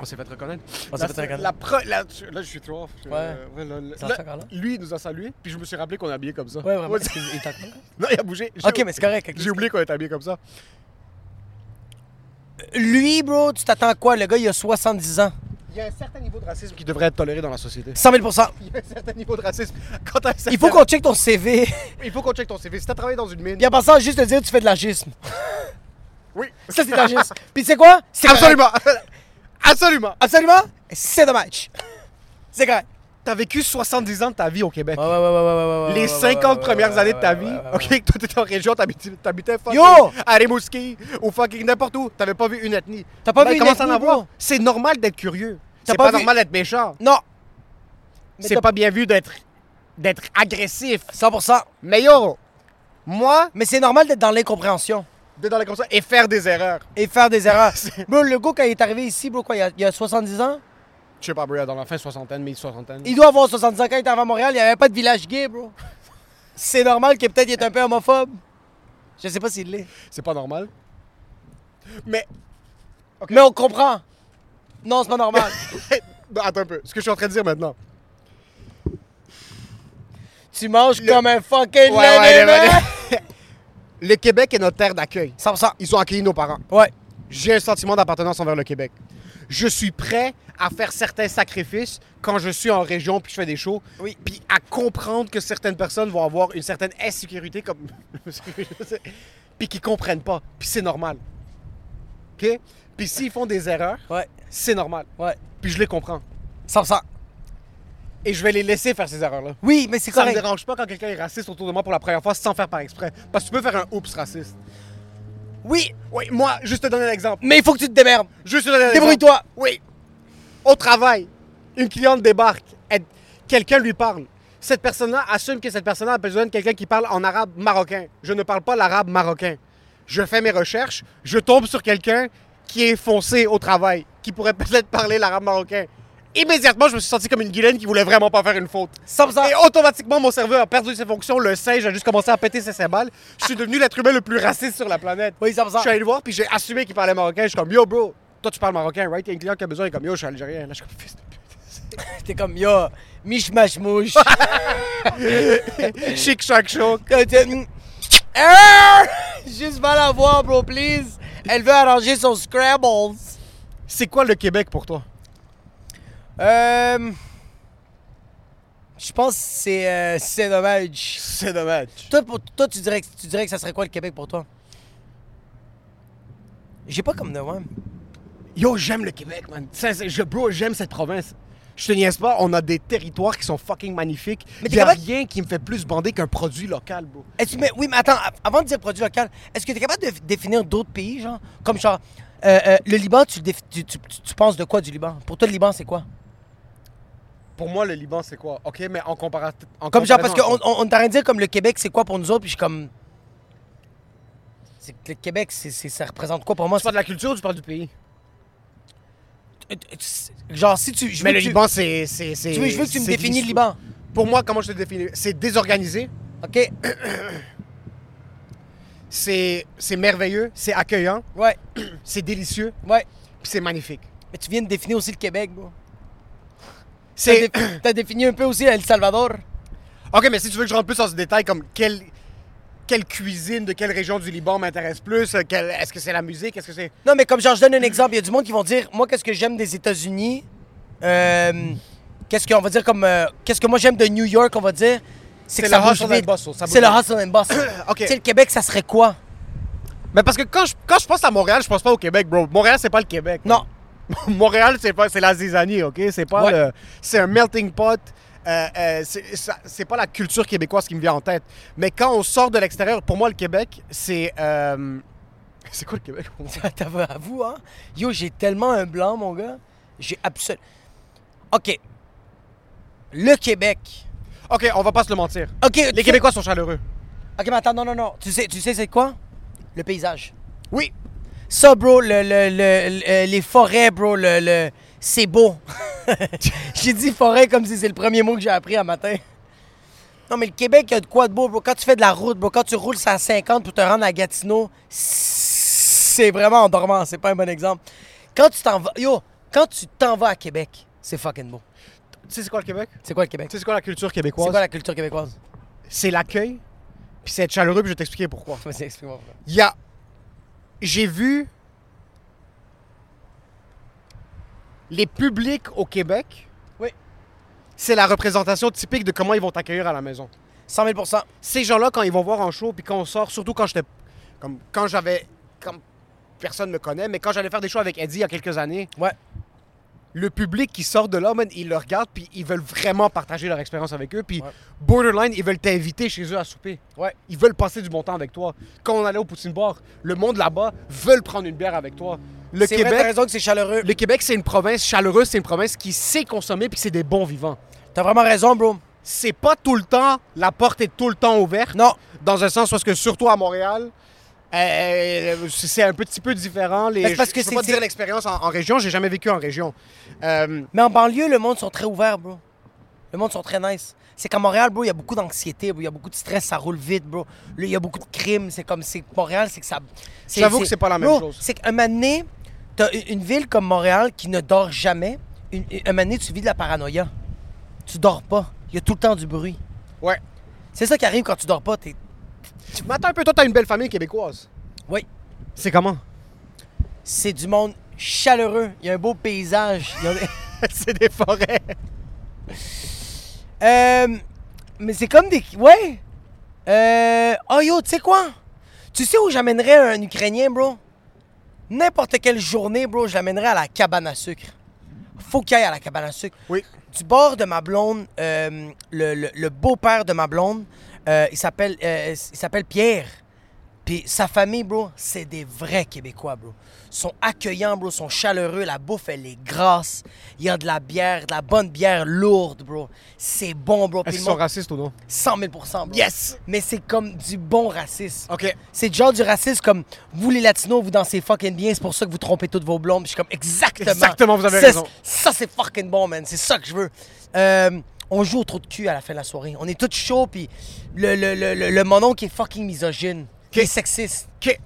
Speaker 2: On s'est fait reconnaître.
Speaker 3: On s'est
Speaker 2: La
Speaker 3: fait
Speaker 2: se-
Speaker 3: reconnaître.
Speaker 2: La pre- la- tu- là, je suis trop off. Je-
Speaker 3: Ouais.
Speaker 2: euh, là, là-
Speaker 3: Ça
Speaker 2: là,
Speaker 3: encore là?
Speaker 2: Lui, il nous a salués, puis je me suis rappelé qu'on est habillé comme ça.
Speaker 3: Ouais, vraiment.
Speaker 2: Ouais,
Speaker 3: Est-ce qu'il- il est encore là?
Speaker 2: non, il a bougé. J'ai-
Speaker 3: Ok, mais c'est correct. ok.
Speaker 2: J'ai oublié qu'on était habillé comme ça.
Speaker 3: Lui, bro, tu t'attends à quoi? Le gars, il a 70 ans.
Speaker 2: Il y a un certain niveau de racisme qui devrait être toléré dans la société.
Speaker 3: 100 000
Speaker 2: Il y a un certain niveau de racisme. Quand t'as un
Speaker 3: Il faut
Speaker 2: certain-
Speaker 3: qu'on check ton CV.
Speaker 2: Il faut qu'on check ton CV. Si t'as travaillé dans une mine.
Speaker 3: Puis en passant, juste te dire, tu fais de l'agisme.
Speaker 2: Oui.
Speaker 3: Ça, c'est de l'agisme. Puis tu sais quoi? C'est correct.
Speaker 2: Absolument. Absolument.
Speaker 3: Absolument, c'est dommage. C'est correct.
Speaker 2: T'as vécu 70 ans de ta vie au Québec.
Speaker 3: ouais, ouais, ouais,
Speaker 2: Les 50 premières années de ta vie, ok, toi t'étais en région, t'habitais, t'habitais fucking
Speaker 3: Yo!
Speaker 2: à Rimouski ou fucking n'importe où, t'avais pas vu une ethnie.
Speaker 3: T'as pas
Speaker 2: Là,
Speaker 3: vu
Speaker 2: il
Speaker 3: une
Speaker 2: commence à
Speaker 3: ethnie,
Speaker 2: en avoir.
Speaker 3: bro.
Speaker 2: C'est normal d'être curieux.
Speaker 3: T'as
Speaker 2: C'est
Speaker 3: pas
Speaker 2: pas,
Speaker 3: vu-
Speaker 2: normal d'être méchant.
Speaker 3: Non,
Speaker 2: C'est
Speaker 3: t'as-
Speaker 2: pas bien vu d'être d'être agressif.
Speaker 3: 100%.
Speaker 2: Mais yo, moi,
Speaker 3: Mais c'est normal d'être dans l'incompréhension
Speaker 2: d'être dans la comme ça et faire des erreurs.
Speaker 3: et faire des erreurs. bro, le gars, quand il est arrivé ici, bro, quoi, il y a, il y a 70 ans,
Speaker 2: Je sais pas, bro, dans la fin soixantaine, mi-soixantaine.
Speaker 3: il doit avoir 70 ans. Quand il est arrivé à Montréal, il n'y avait pas de village gay, bro. C'est normal qu'il peut-être il est un peu homophobe. Je sais pas s'il l'est.
Speaker 2: C'est pas normal. Mais
Speaker 3: Mais on comprend. Non, c'est pas normal.
Speaker 2: Non, attends un peu, ce que je suis en train de dire maintenant.
Speaker 3: tu manges comme un
Speaker 2: Ouais,
Speaker 3: fucking
Speaker 2: ouais,
Speaker 3: laidé, man.
Speaker 2: le- le Québec est notre terre d'accueil.
Speaker 3: 100%.
Speaker 2: Ils ont accueilli nos parents.
Speaker 3: Ouais.
Speaker 2: J'ai un sentiment d'appartenance envers le Québec. Je suis prêt à faire certains sacrifices quand je suis en région puis je fais des shows.
Speaker 3: Oui.
Speaker 2: Puis à comprendre que certaines personnes vont avoir une certaine insécurité comme. puis qu'ils comprennent pas. Puis c'est normal. OK? Puis s'ils font des erreurs,
Speaker 3: Ouais.
Speaker 2: c'est normal.
Speaker 3: Ouais.
Speaker 2: Puis je les comprends.
Speaker 3: 100%.
Speaker 2: Et je vais les laisser faire ces erreurs-là.
Speaker 3: Oui, mais c'est
Speaker 2: Ça me
Speaker 3: correct.
Speaker 2: dérange pas quand quelqu'un est raciste autour de moi pour la première fois sans faire par exprès. Parce que tu peux faire un oups raciste.
Speaker 3: Oui,
Speaker 2: Oui, moi, juste te donner un exemple.
Speaker 3: mais il faut que tu te démerdes.
Speaker 2: Juste te donner un exemple.
Speaker 3: Débrouille-toi.
Speaker 2: Oui. Au travail, une cliente débarque, elle- quelqu'un lui parle. Cette personne-là assume que cette personne-là a besoin de quelqu'un qui parle en arabe marocain. Je ne parle pas l'arabe marocain. Je fais mes recherches, je tombe sur quelqu'un qui est foncé au travail, qui pourrait peut-être parler l'arabe marocain. Immédiatement, je me suis senti comme une guilaine qui voulait vraiment pas faire une faute.
Speaker 3: 100%.
Speaker 2: Et automatiquement, mon cerveau a perdu ses fonctions. Le singe a juste commencé à péter ses cymbales. Je suis devenu l'être humain le plus raciste sur la planète.
Speaker 3: Oui, 100%.
Speaker 2: Je suis allé le voir, puis j'ai assumé qu'il parlait marocain. Je suis comme, yo, bro, toi, tu parles marocain, right? Il y a un client qui a besoin. Il est comme, yo, je suis algérien. Là, je suis comme, fils de
Speaker 3: T'es comme, yo, miche mache mouche.
Speaker 2: pute. Chic, chac, choc.
Speaker 3: T'as- t'as- mm. Erreur! Juste va la voir, bro, please. Elle veut arranger son Scrabbles.
Speaker 2: C'est quoi le Québec pour toi?
Speaker 3: Euh. Je pense que c'est. euh, c'est dommage.
Speaker 2: C'est dommage.
Speaker 3: Toi, pour- toi tu, dirais, que- tu dirais que ça serait quoi le Québec pour toi? J'ai pas comme de ouais.
Speaker 2: Yo, j'aime le Québec, man. Sincère- je- bro, j'aime cette province. Je te niaise pas, on a des territoires qui sont fucking magnifiques. Il
Speaker 3: Mais t'es
Speaker 2: n'y a
Speaker 3: capable-
Speaker 2: rien qui me fait plus bander qu'un produit local, bro.
Speaker 3: Est-ce que- mais- oui, mais attends, av- avant de dire produit local, est-ce que tu es capable de f- définir d'autres pays, genre? Comme genre, euh, euh, le Liban, tu, le déf- tu, tu- tu- tu penses de quoi du Liban? Pour toi, le Liban, c'est quoi?
Speaker 2: Pour moi, le Liban, c'est quoi? OK, mais en comparaison...
Speaker 3: Comme genre, parce qu'on on, on est en train de dire comme le Québec, c'est quoi pour nous autres, puis je suis comme. C'est que le Québec, c'est, c'est- ça représente quoi pour moi?
Speaker 2: Tu parles de la culture ou tu parles du pays?
Speaker 3: C'est- euh, c'est- Genre, si tu. je
Speaker 2: Mais
Speaker 3: veux
Speaker 2: le
Speaker 3: que tu-
Speaker 2: Liban, c'est... c'est- c'est-
Speaker 3: Tu veux, je veux que tu me
Speaker 2: c'est
Speaker 3: définis le
Speaker 2: l'histoire.
Speaker 3: Liban.
Speaker 2: Pour moi, comment je te le définis? C'est désorganisé,
Speaker 3: OK?
Speaker 2: c'est c'est merveilleux, c'est accueillant,
Speaker 3: Ouais,
Speaker 2: c'est délicieux,
Speaker 3: ouais.
Speaker 2: puis c'est magnifique.
Speaker 3: Mais tu viens de définir aussi le Québec, bro. T'as,
Speaker 2: C'est...
Speaker 3: dé- t'as défini un peu aussi El Salvador.
Speaker 2: OK, mais si tu veux que je rentre plus dans ce détail, comme quelle, quelle cuisine de quelle région du Liban m'intéresse plus, euh, quelle- est-ce que c'est la musique, est-ce que c'est...
Speaker 3: Non, mais comme genre, je donne un exemple. Il y a du monde qui vont dire Moi, qu'est-ce que j'aime des États-Unis Euh, Qu'est-ce qu'on va dire comme. euh, qu'est-ce que moi j'aime de New York, on va dire C'est
Speaker 2: C'est
Speaker 3: que
Speaker 2: le
Speaker 3: ça bouge
Speaker 2: hustle and
Speaker 3: vite.
Speaker 2: bustle, ça bouge
Speaker 3: C'est le
Speaker 2: vite.
Speaker 3: hustle and bustle.
Speaker 2: Ok.
Speaker 3: Tu sais, le Québec, ça serait quoi
Speaker 2: Mais parce que quand je, quand je pense à Montréal, je pense pas au Québec, bro. Montréal, c'est pas le Québec.
Speaker 3: Non.
Speaker 2: Montréal, c'est pas c'est la zizanie, OK? C'est pas
Speaker 3: Ouais.
Speaker 2: le- c'est un melting pot. Euh, euh, c'est ça- c'est pas la culture québécoise qui me vient en tête. Mais quand on sort de l'extérieur, pour moi, le Québec, c'est... euh, C'est quoi le Québec?
Speaker 3: T'as vu, avoue, hein Yo, j'ai tellement un blanc, mon gars. J'ai absolument. OK. Le Québec.
Speaker 2: OK, on va pas se le mentir.
Speaker 3: OK.
Speaker 2: Les Québécois sont chaleureux.
Speaker 3: OK, mais attends, non, non, non. Tu sais, tu sais c'est quoi Le paysage.
Speaker 2: Oui.
Speaker 3: Ça, bro, le, le- le- le- les forêts, bro, le, le- c'est beau. j'ai dit forêt comme si c'est le premier mot que j'ai appris un matin. Non, mais le Québec, il y a de quoi de beau, bro. Quand tu fais de la route, bro, quand tu roules à 50 pour te rendre à Gatineau, c'est vraiment endormant. C'est pas un bon exemple. Quand tu t'en vas, yo, quand tu t'en vas à Québec, c'est fucking beau.
Speaker 2: Tu sais c'est quoi le Québec? Tu
Speaker 3: C'est quoi le Québec?
Speaker 2: sais c'est quoi la culture
Speaker 3: C'est
Speaker 2: québécoise?
Speaker 3: quoi la culture québécoise?
Speaker 2: C'est l'accueil, puis c'est être chaleureux, puis je vais t'expliquer pourquoi.
Speaker 3: Vas-y, explique-moi. frère.
Speaker 2: Il y a... J'ai vu... Les publics au Québec,
Speaker 3: Oui.
Speaker 2: c'est la représentation typique de comment ils vont t'accueillir à la maison.
Speaker 3: 100 000
Speaker 2: Ces gens-là, quand ils vont voir en show, puis quand on sort, surtout quand j'étais... Comme quand j'avais... Comme personne me connaît, mais quand j'allais faire des shows avec Eddie il y a quelques années,
Speaker 3: Ouais.
Speaker 2: le public qui sort de là, man, ils le regardent, puis ils veulent vraiment partager leur expérience avec eux, puis
Speaker 3: Ouais.
Speaker 2: borderline, ils veulent t'inviter chez eux à souper.
Speaker 3: Ouais.
Speaker 2: Ils veulent passer du bon temps avec toi. Quand on allait au Poutine Bar, le monde là-bas veulent prendre une bière avec toi. Le
Speaker 3: C'est vrai, t'as
Speaker 2: Québec,
Speaker 3: raison que c'est chaleureux.
Speaker 2: le Québec, c'est une province chaleureuse, c'est une province qui sait consommer, puis c'est des bons vivants.
Speaker 3: T'as vraiment raison, bro.
Speaker 2: C'est pas tout le temps, la porte est tout le temps ouverte.
Speaker 3: Non.
Speaker 2: Dans un sens, parce que surtout à Montréal, euh, c'est un petit peu différent. Les,
Speaker 3: Mais Ben, c'est parce
Speaker 2: je-
Speaker 3: que
Speaker 2: je peux
Speaker 3: c'est-
Speaker 2: pas
Speaker 3: c'est-
Speaker 2: dire l'expérience en, en région, j'ai jamais vécu en région. Euh,
Speaker 3: Mais en banlieue, le monde sont très ouverts, bro. Le monde sont très nice. C'est qu'à Montréal, bro, il y a beaucoup d'anxiété, bro. Il y a beaucoup de stress, ça roule vite, bro. Là, il y a beaucoup de crimes. C'est comme, c'est Montréal, c'est que ça.
Speaker 2: J'avoue que c'est pas la même
Speaker 3: Bro,
Speaker 2: chose.
Speaker 3: C'est qu'un moment donné, t'as une- une ville comme Montréal qui ne dort jamais. Une, un moment donné, tu vis de la paranoïa. Tu dors pas. Il y a tout le temps du bruit.
Speaker 2: ouais.
Speaker 3: C'est ça qui arrive quand tu dors pas. T'es.
Speaker 2: Mais attends un peu, toi, t'as une belle famille québécoise.
Speaker 3: Oui.
Speaker 2: C'est comment?
Speaker 3: C'est du monde chaleureux. Il y a un beau paysage. Il y a-
Speaker 2: c'est des forêts.
Speaker 3: Euh, mais c'est comme des. Ouais! Euh. Oh yo, tu sais quoi? Tu sais où j'amènerais un Ukrainien, bro? N'importe quelle journée, bro, je l'amènerais à la cabane à sucre. Faut qu'il aille à la cabane à sucre.
Speaker 2: Oui.
Speaker 3: Du bord de ma blonde, euh, le, le- le beau-père de ma blonde, euh, il s'appelle euh, il s'appelle Pierre. Puis sa famille, bro, c'est des vrais Québécois, bro. Ils sont accueillants, bro, ils sont chaleureux, la bouffe, elle est grasse. Il y a de la bière, de la bonne bière lourde, bro. C'est bon, bro. Puis
Speaker 2: Est-ce
Speaker 3: le
Speaker 2: qu'ils sont
Speaker 3: monde-
Speaker 2: racistes ou non?
Speaker 3: 100 000 bro.
Speaker 2: Yes!
Speaker 3: Mais c'est comme du bon racisme.
Speaker 2: OK.
Speaker 3: C'est le genre du racisme comme vous les latinos, vous dansez fucking bien, c'est pour ça que vous trompez toutes vos blondes. Puis Je suis comme exactement.
Speaker 2: Exactement, vous avez
Speaker 3: Ça,
Speaker 2: raison.
Speaker 3: Ça c'est fucking bon, man. C'est ça que je veux. Euh, on joue au trou de cul à la fin de la soirée. On est tous chauds puis le le le le, le monon qui est fucking misogyne, qui est sexiste.
Speaker 2: OK.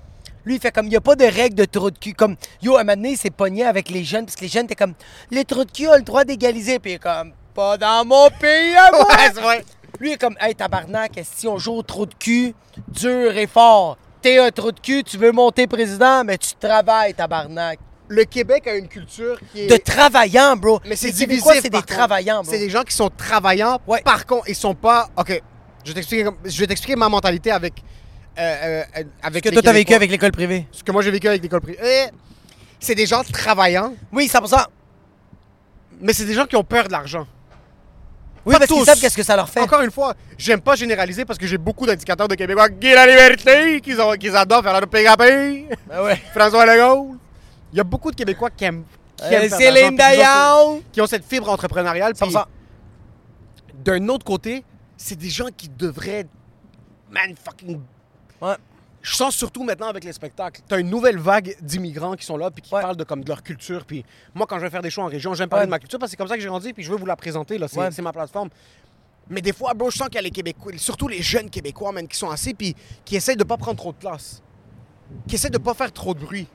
Speaker 3: Lui, il fait comme, il n'y a pas de règle de trou de cul. Comme, yo, à un moment donné, il s'est pogné avec les jeunes, parce que les jeunes étaient comme, les trous de cul ont le droit d'égaliser. Puis il est comme, pas dans mon pays, à moi!
Speaker 2: Ouais, c'est vrai.
Speaker 3: Lui, il est comme, hey, tabarnak, si on joue au trou de cul, dur et fort. T'es un trou de cul, tu veux monter président, mais tu travailles, tabarnak.
Speaker 2: Le Québec a une culture qui est...
Speaker 3: De travaillant, bro.
Speaker 2: Mais c'est
Speaker 3: Les
Speaker 2: divisif,
Speaker 3: Québécois, c'est des
Speaker 2: par contre.
Speaker 3: travaillants, bro.
Speaker 2: C'est des gens qui sont travaillants.
Speaker 3: Ouais.
Speaker 2: Par contre, ils sont pas... OK. Je vais t'expliquer comme- je vais t'expliquer ma mentalité avec... euh, euh, avec
Speaker 3: que
Speaker 2: les
Speaker 3: toi, t'as vécu
Speaker 2: Québécois.
Speaker 3: avec l'école privée.
Speaker 2: Ce que moi, j'ai vécu avec l'école privée. Eh, C'est des gens travaillants,
Speaker 3: Oui, 100%.
Speaker 2: Mais c'est des gens qui ont peur de l'argent.
Speaker 3: Oui,
Speaker 2: Pas
Speaker 3: parce qu'ils
Speaker 2: tous.
Speaker 3: savent qu'est-ce que ça leur fait.
Speaker 2: Encore une fois, j'aime pas généraliser parce que j'ai beaucoup d'indicateurs de Québécois qui la liberté, qu'ils ont- qu'ils adorent faire leur pays à pays.
Speaker 3: Ben ouais.
Speaker 2: François Legault. Il y a beaucoup de Québécois qui aiment. Qui aiment
Speaker 3: Euh,
Speaker 2: faire de l'argent, puis
Speaker 3: Céline
Speaker 2: qui ont-
Speaker 3: Dion.
Speaker 2: Qui ont cette fibre entrepreneuriale. puis
Speaker 3: 100%.
Speaker 2: D'un autre côté, c'est des gens qui devraient. Man fucking.
Speaker 3: Ouais.
Speaker 2: Je sens surtout maintenant avec les spectacles. T'as une nouvelle vague d'immigrants qui sont là puis qui
Speaker 3: Ouais.
Speaker 2: parlent de, comme, de leur culture. Puis moi, quand je vais faire des shows en région, j'aime parler
Speaker 3: Ouais.
Speaker 2: de ma culture parce que c'est comme ça que j'ai grandi puis je veux vous la présenter. là. C'est
Speaker 3: Ouais.
Speaker 2: c'est ma plateforme. Mais des fois, bro, je sens qu'il y a les Québécois, surtout les jeunes Québécois, man, qui sont assis puis qui essayent de pas prendre trop de place, qui essayent de pas faire trop de bruit,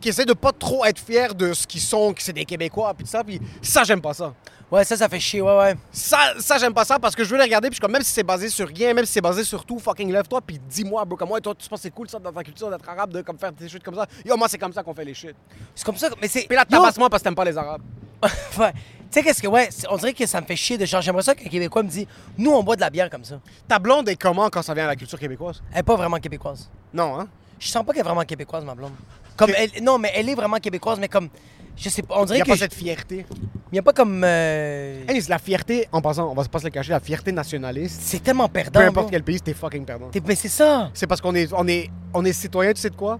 Speaker 2: qui essayent de pas trop être fiers de ce qu'ils sont, que c'est des Québécois, puis tout ça, puis ça, j'aime pas ça.
Speaker 3: Ouais, ça, ça fait chier, ouais, ouais.
Speaker 2: Ça, ça j'aime pas ça parce que je veux les regarder, puis je suis comme, même si c'est basé sur rien, même si c'est basé sur tout, fucking lève-toi, puis dis-moi, bro, comment toi, tu penses que c'est cool ça dans ta culture d'être arabe, de comme, faire des shit comme ça. Yo, moi, c'est comme ça qu'on fait les shit.
Speaker 3: C'est comme ça, que- mais c'est.
Speaker 2: Puis là,
Speaker 3: Yo!
Speaker 2: tabasse-moi parce que t'aimes pas les Arabes.
Speaker 3: Ouais. Tu sais, qu'est-ce que, ouais, c'est- on dirait que ça me fait chier de changer. J'aimerais ça qu'un Québécois me dit, nous, on boit de la bière comme ça.
Speaker 2: Ta blonde est comment quand ça vient à la culture québécoise?
Speaker 3: Elle est pas vraiment québécoise.
Speaker 2: Non, hein?
Speaker 3: Je sens pas qu'elle est vraiment québécoise, ma blonde. Comme elle, non, mais elle est vraiment québécoise, mais comme. Je sais pas, on
Speaker 2: Il
Speaker 3: dirait
Speaker 2: a
Speaker 3: que.
Speaker 2: pas
Speaker 3: je-
Speaker 2: cette fierté.
Speaker 3: Il y a pas comme. euh,
Speaker 2: Hey, c'est la fierté, en passant, on va pas se le cacher, la fierté nationaliste.
Speaker 3: C'est tellement perdant.
Speaker 2: Peu importe
Speaker 3: bro.
Speaker 2: quel pays, t'es fucking perdant.
Speaker 3: T'es- Mais c'est ça.
Speaker 2: C'est parce qu'on est, on est, on est citoyen, tu sais de quoi?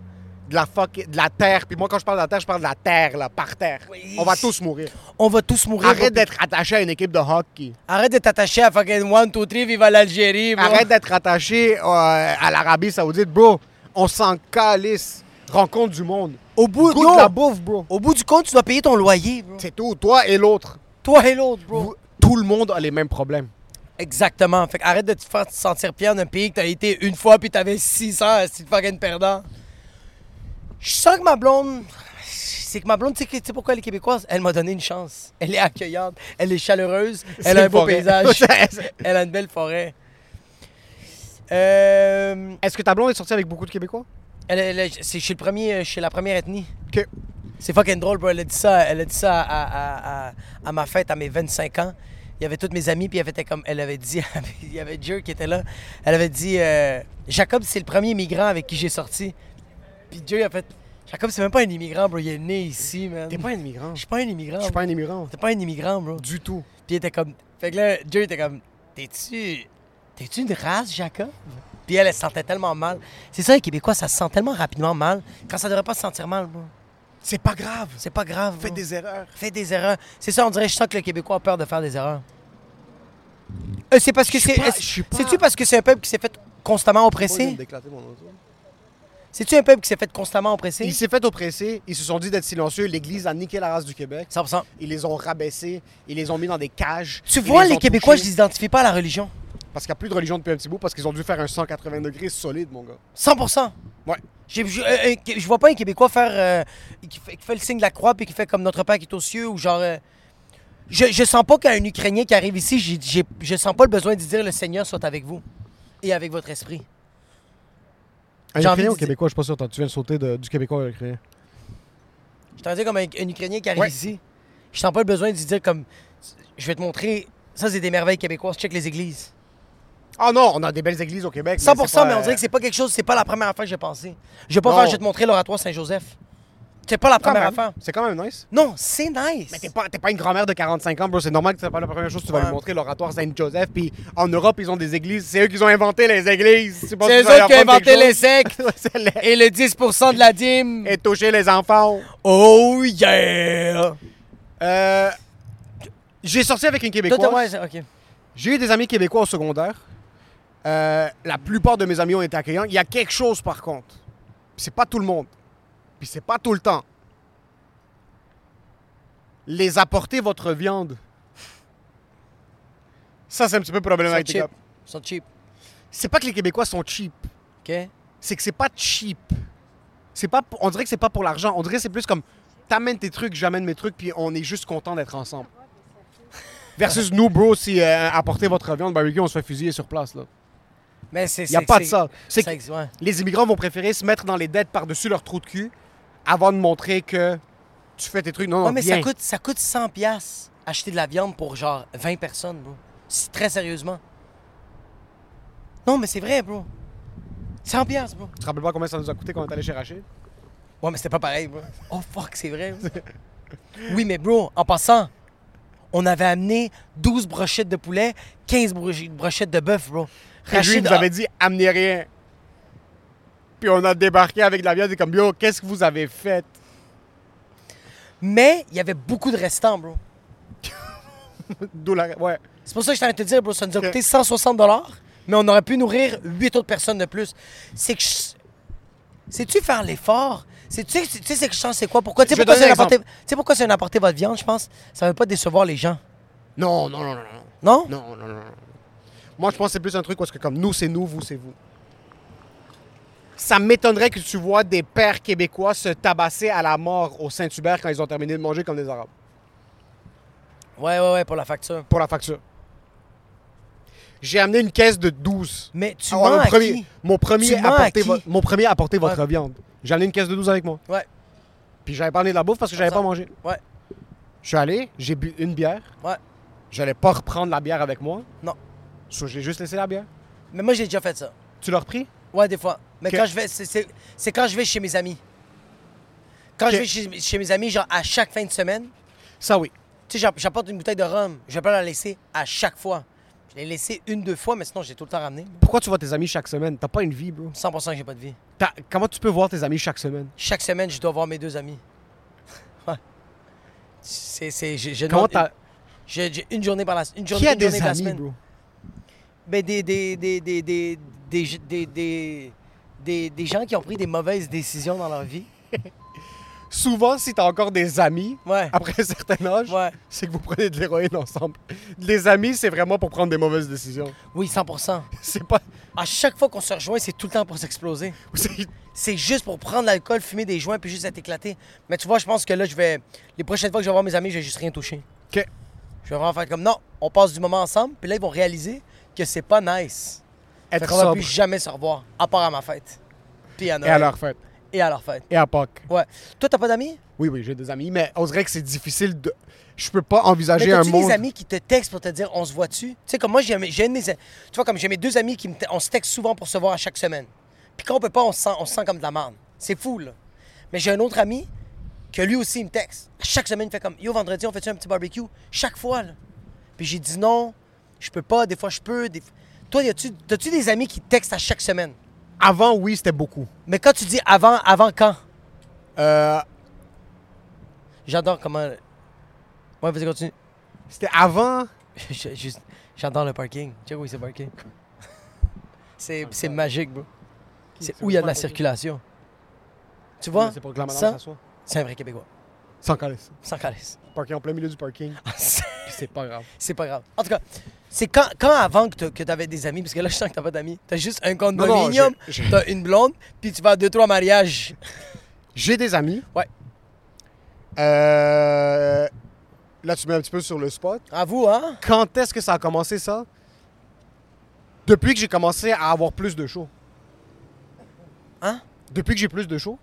Speaker 2: De la fuck, de la terre. Puis moi, quand je parle de la terre, je parle de la terre, là, par terre.
Speaker 3: Oui.
Speaker 2: On va tous mourir.
Speaker 3: On va tous mourir. bro.
Speaker 2: Arrête d'être attaché à une équipe de hockey.
Speaker 3: Arrête de t'attacher à fucking one, two, three, vive l'Algérie, bro.
Speaker 2: Arrête d'être attaché euh, à l'Arabie Saoudite, bro. On s'en calisse. Rencontre du monde.
Speaker 3: Au bout,
Speaker 2: Goûte
Speaker 3: yo,
Speaker 2: la bouffe, bro.
Speaker 3: au bout du compte, tu dois payer ton loyer, bro.
Speaker 2: C'est tout, toi et l'autre.
Speaker 3: Toi et l'autre, bro.
Speaker 2: Vous- Tout le monde a les mêmes problèmes.
Speaker 3: Exactement. Fait que arrête de te faire te sentir pire d'un pays que t'as été une fois puis t'avais 600 si fucking perdant. Je sens que ma blonde. C'est que ma blonde, tu sais que- tu sais pourquoi elle est québécoise? Elle m'a donné une chance. Elle est accueillante, elle est chaleureuse, elle a
Speaker 2: une
Speaker 3: un beau
Speaker 2: forêt.
Speaker 3: paysage, elle a une belle forêt. Euh,
Speaker 2: Est-ce que ta blonde est sortie avec beaucoup de Québécois?
Speaker 3: elle- elle- c'est chez, le premier, chez la première ethnie.
Speaker 2: Que...
Speaker 3: C'est fucking drôle, bro. Elle a dit ça, elle a dit ça à, à- à- à ma fête, à mes 25 ans. Il y avait tous mes amis, puis elle était comme. Elle avait dit. il y avait Jer qui était là. Elle avait dit euh, Jacob, c'est le premier immigrant avec qui j'ai sorti. Puis Jer, a fait Jacob, c'est même pas un immigrant, bro. Il est né ici, man.
Speaker 2: T'es pas un immigrant.
Speaker 3: Je suis pas un immigrant.
Speaker 2: Je suis pas un immigrant.
Speaker 3: T'es pas un immigrant, bro.
Speaker 2: Du tout.
Speaker 3: Puis il était comme. Fait que là, Dieu était comme. T'es-tu. T'es-tu une race, Jacob? Puis elle, elle se sentait tellement mal. C'est ça, les Québécois, ça se sent tellement rapidement mal quand ça devrait pas se sentir mal, bro.
Speaker 2: C'est pas grave.
Speaker 3: C'est pas grave.
Speaker 2: Faites
Speaker 3: bro.
Speaker 2: des erreurs.
Speaker 3: Faites des erreurs. C'est ça, on dirait, je sens que le Québécois a peur de faire des erreurs. Euh, c'est parce que
Speaker 2: suis
Speaker 3: c'est.
Speaker 2: pas-
Speaker 3: est-ce-
Speaker 2: je suis pas-
Speaker 3: C'est-tu parce que c'est un peuple qui s'est fait constamment oppressé? C'est-tu un peuple qui s'est fait constamment oppressé?
Speaker 2: Il s'est fait oppresser, ils se sont dit d'être silencieux, l'Église a niqué la race du Québec,
Speaker 3: 100%.
Speaker 2: ils les ont rabaissés, ils les ont mis dans des cages.
Speaker 3: Tu
Speaker 2: ils
Speaker 3: vois, les
Speaker 2: ont
Speaker 3: Québécois,
Speaker 2: touchés.
Speaker 3: je les identifie pas à la religion.
Speaker 2: Parce qu'il n'y a plus de religion depuis un petit bout, parce qu'ils ont dû faire un 180 degrés solide, mon gars.
Speaker 3: 100%.
Speaker 2: Ouais.
Speaker 3: J'ai- Je, euh, euh, je vois pas un Québécois faire. euh, qui, fait, qui fait le signe de la croix puis qui fait comme notre Père qui est aux cieux ou genre. euh, je, je sens pas qu'un Ukrainien qui arrive ici, j'ai- j'ai- je sens pas le besoin de dire le Seigneur soit avec vous et avec votre esprit.
Speaker 2: Un
Speaker 3: J'ai envie Ukrainien de ou dire-
Speaker 2: Québécois, je suis pas sûr, tu viens de sauter du Québécois à l'Ukrainien.
Speaker 3: Je t'en dis comme un, un Ukrainien qui arrive
Speaker 2: Ouais.
Speaker 3: ici, je sens pas le besoin de dire comme. Je vais te montrer. Ça, c'est des merveilles québécoises. Check les églises.
Speaker 2: Ah non, on a des belles églises au Québec.
Speaker 3: 100%, mais,
Speaker 2: c'est pas,
Speaker 3: on
Speaker 2: euh,
Speaker 3: dirait que c'est pas quelque chose, c'est pas la première affaire que j'ai pensé. Je vais pas
Speaker 2: Non.
Speaker 3: faire, je vais te montrer l'oratoire Saint-Joseph. C'est pas la
Speaker 2: quand
Speaker 3: première
Speaker 2: même-
Speaker 3: affaire.
Speaker 2: C'est quand même nice.
Speaker 3: Non, c'est nice.
Speaker 2: Mais t'es pas, t'es pas une grand-mère de 45 ans, bro. C'est normal que c'est pas la première chose que tu vas
Speaker 3: Ouais.
Speaker 2: lui montrer, l'oratoire Saint-Joseph. Puis en Europe, ils ont des églises. C'est eux qui ont inventé les églises. Tu penses
Speaker 3: C'est
Speaker 2: que
Speaker 3: eux
Speaker 2: tu vas leur
Speaker 3: autres qui ont
Speaker 2: prendre
Speaker 3: inventé
Speaker 2: quelque
Speaker 3: les
Speaker 2: chose?
Speaker 3: sectes
Speaker 2: C'est les-
Speaker 3: et le 10 de la dîme.
Speaker 2: et toucher les enfants.
Speaker 3: Oh yeah!
Speaker 2: Euh, j'ai sorti avec une
Speaker 3: Toi, t'as-
Speaker 2: Québécoise.
Speaker 3: ouais, c'est- ok.
Speaker 2: J'ai eu des amis québécois au secondaire. Euh, la plupart de mes amis ont été accueillants. Il y a quelque chose par contre. Puis C'est pas tout le monde. Puis c'est pas tout le temps. Les apporter votre viande. Ça, c'est un petit peu
Speaker 3: Ils sont
Speaker 2: problématique.
Speaker 3: cheap. Ils sont cheap.
Speaker 2: C'est pas que les Québécois sont cheap.
Speaker 3: Ok?
Speaker 2: C'est que c'est pas cheap. C'est pas, pour- on dirait que c'est pas pour l'argent. On dirait que c'est plus comme t'amènes tes trucs, j'amène mes trucs, puis on est juste content d'être ensemble. Versus nous, bro, si euh, apporter votre viande barbecue, on se fait fusiller sur place. Là.
Speaker 3: Mais c'est.
Speaker 2: Y a
Speaker 3: c'est-
Speaker 2: pas de
Speaker 3: c'est-
Speaker 2: ça. C'est
Speaker 3: c'est-
Speaker 2: que-
Speaker 3: ouais.
Speaker 2: Les immigrants vont préférer se mettre dans les dettes par-dessus leur trou de cul avant de montrer que tu fais tes trucs. Non, non,
Speaker 3: Ouais, mais ça
Speaker 2: bien.
Speaker 3: coûte, ça coûte 100$ piastres acheter de la viande pour genre 20 personnes, bro. C'est Très sérieusement. Non, mais c'est vrai, bro. 100$, piastres, bro.
Speaker 2: Tu te rappelles pas combien ça nous a coûté quand on est allé chez Rachid?
Speaker 3: Ouais, mais c'était pas pareil, bro. Oh fuck, c'est vrai. bro. oui, mais bro, en passant, on avait amené 12 brochettes de poulet, 15 broch- brochettes de bœuf, bro.
Speaker 2: Lui, il nous
Speaker 3: a-
Speaker 2: avait dit amenez rien. Puis on a débarqué avec la viande et comme yo, qu'est-ce que vous avez fait
Speaker 3: Mais il y avait beaucoup de restants, bro.
Speaker 2: D'où la- Ouais.
Speaker 3: C'est pour ça que je t'en ai te dire, bro, ça nous a
Speaker 2: Ok.
Speaker 3: coûté 160 mais on aurait pu nourrir 8 autres personnes de plus. C'est que je- Sais-tu faire l'effort? Sais-tu tu sais, c'est que je sens c'est quoi? Pourquoi? Tu sais
Speaker 2: Je vais
Speaker 3: pourquoi
Speaker 2: donner
Speaker 3: c'est
Speaker 2: un
Speaker 3: une apportée- tu sais pourquoi c'est une apportée votre viande, je pense? Ça veut pas décevoir les gens.
Speaker 2: Non, non, non, non, non.
Speaker 3: Non?
Speaker 2: Non, non, non, non. Moi, je pense que c'est plus un truc parce que comme nous, c'est nous, vous, c'est vous. Ça m'étonnerait que tu vois des pères québécois se tabasser à la mort au Saint-Hubert quand ils ont terminé de manger comme des Arabes.
Speaker 3: Ouais, ouais, ouais, pour la facture.
Speaker 2: Pour la facture. J'ai amené une caisse de 12.
Speaker 3: Mais tu
Speaker 2: Ah,
Speaker 3: mens
Speaker 2: mon,
Speaker 3: à
Speaker 2: premier,
Speaker 3: qui?
Speaker 2: mon premier
Speaker 3: Tu mens à
Speaker 2: apporter
Speaker 3: qui?
Speaker 2: vo- mon premier apporter votre
Speaker 3: Ouais.
Speaker 2: viande. J'ai amené une caisse de 12 avec moi.
Speaker 3: Ouais,
Speaker 2: Puis j'avais pas amené de la bouffe parce que j'avais pas mangé.
Speaker 3: ouais,
Speaker 2: Je suis allé, j'ai bu une bière.
Speaker 3: ouais.
Speaker 2: J'allais pas reprendre la bière avec moi.
Speaker 3: Non.
Speaker 2: So, j'ai juste laissé la bière.
Speaker 3: Mais moi, j'ai déjà fait ça.
Speaker 2: Tu l'as repris?
Speaker 3: Ouais, des fois. Mais
Speaker 2: Ok.
Speaker 3: quand je vais, c'est- c'est c'est quand je vais chez mes amis. Quand je
Speaker 2: Ok.
Speaker 3: vais chez, chez mes amis, genre à chaque fin de semaine,
Speaker 2: Ça oui.
Speaker 3: tu sais, j'app- j'apporte une bouteille de rhum, je vais pas la laisser à chaque fois. Je l'ai laissée une, deux fois, mais sinon, j'ai tout le temps ramené.
Speaker 2: Pourquoi tu vois tes amis chaque semaine? T'as pas une vie, bro.
Speaker 3: 100% que j'ai pas de vie.
Speaker 2: T'as- Comment tu peux voir tes amis chaque semaine?
Speaker 3: Chaque semaine, je dois voir mes deux amis. ouais. C'est, c'est, je, je
Speaker 2: Comment
Speaker 3: demande-
Speaker 2: t'as...
Speaker 3: je- j'ai une journée par la, une journée,
Speaker 2: Qui a
Speaker 3: une journée
Speaker 2: des
Speaker 3: par la
Speaker 2: amis,
Speaker 3: semaine.
Speaker 2: bro?
Speaker 3: Ben, des, des, des, des, des, des, des, des, des- des gens qui ont pris des mauvaises décisions dans leur vie.
Speaker 2: Souvent, si t'as encore des amis,
Speaker 3: Ouais.
Speaker 2: après un certain âge,
Speaker 3: Ouais.
Speaker 2: c'est que vous prenez de l'héroïne ensemble. Les amis, c'est vraiment pour prendre des mauvaises décisions.
Speaker 3: Oui, 100%.
Speaker 2: C'est pas...
Speaker 3: À chaque fois qu'on se rejoint, c'est tout le temps pour s'exploser.
Speaker 2: c'est-
Speaker 3: C'est juste pour prendre l'alcool, fumer des joints, puis juste être éclaté. Mais tu vois, je pense que là, je vais. Les prochaines fois que je vais voir mes amis, je vais juste rien toucher.
Speaker 2: Ok.
Speaker 3: Je vais vraiment faire comme non, on passe du moment ensemble, puis là, ils vont réaliser que c'est pas nice.
Speaker 2: Être
Speaker 3: on va
Speaker 2: sobre.
Speaker 3: plus jamais se revoir, à part à ma fête. Puis à
Speaker 2: Et
Speaker 3: Noël.
Speaker 2: à leur fête.
Speaker 3: Et à leur fête.
Speaker 2: Et à Pâques.
Speaker 3: Ouais. Toi, t'as pas d'amis?
Speaker 2: Oui, oui, j'ai des amis, mais on dirait que c'est difficile de... Je peux pas envisager
Speaker 3: Mais
Speaker 2: un
Speaker 3: t'as-tu
Speaker 2: monde...
Speaker 3: des amis qui te textent pour te dire on se voit-tu? Tu sais, comme moi, j'ai j'ai une de mes. Tu vois, comme j'ai mes deux amis qui me te- on se texte souvent pour se voir à chaque semaine. Puis quand on peut pas, on se sent, on se sent comme de la merde. C'est fou, là. Mais j'ai un autre ami que lui aussi, il me texte. À chaque semaine, il fait comme Yo, vendredi, on fait-tu un petit barbecue? Chaque fois, là. Puis j'ai dit non, je peux pas, des fois je peux. Des... Toi, y a-tu- t'as-tu des amis qui textent à chaque semaine?
Speaker 2: Avant, oui, c'était beaucoup.
Speaker 3: Mais quand tu dis avant, avant quand?
Speaker 2: Euh,
Speaker 3: J'adore comment. Ouais, vas-y, continue.
Speaker 2: c'était avant...
Speaker 3: Je- juste- J'adore le parking. Check où c'est parking.
Speaker 2: Ah,
Speaker 3: C'est c'est magique, bro. C'est où il y a de la circulation. Tu vois?
Speaker 2: C'est pour que la madame
Speaker 3: ça,
Speaker 2: s'assoie.
Speaker 3: c'est un vrai Québécois.
Speaker 2: Sans calice.
Speaker 3: Sans calice.
Speaker 2: Parking en plein milieu du parking.
Speaker 3: Ah.
Speaker 2: puis c'est pas grave.
Speaker 3: c'est pas grave. En tout cas, c'est quand, quand avant que t'as- que t'avais des amis, parce que là, je sens que t'as pas d'amis. T'as juste un condominium,
Speaker 2: non, je- je-
Speaker 3: t'as une blonde, puis tu vas à deux, trois mariages.
Speaker 2: J'ai des amis.
Speaker 3: Ouais.
Speaker 2: Euh, Là, tu mets un petit peu sur le spot.
Speaker 3: À vous, hein?
Speaker 2: Quand est-ce que ça a commencé, ça? Depuis que j'ai commencé à avoir plus de shows.
Speaker 3: Hein?
Speaker 2: Depuis que j'ai plus de shows.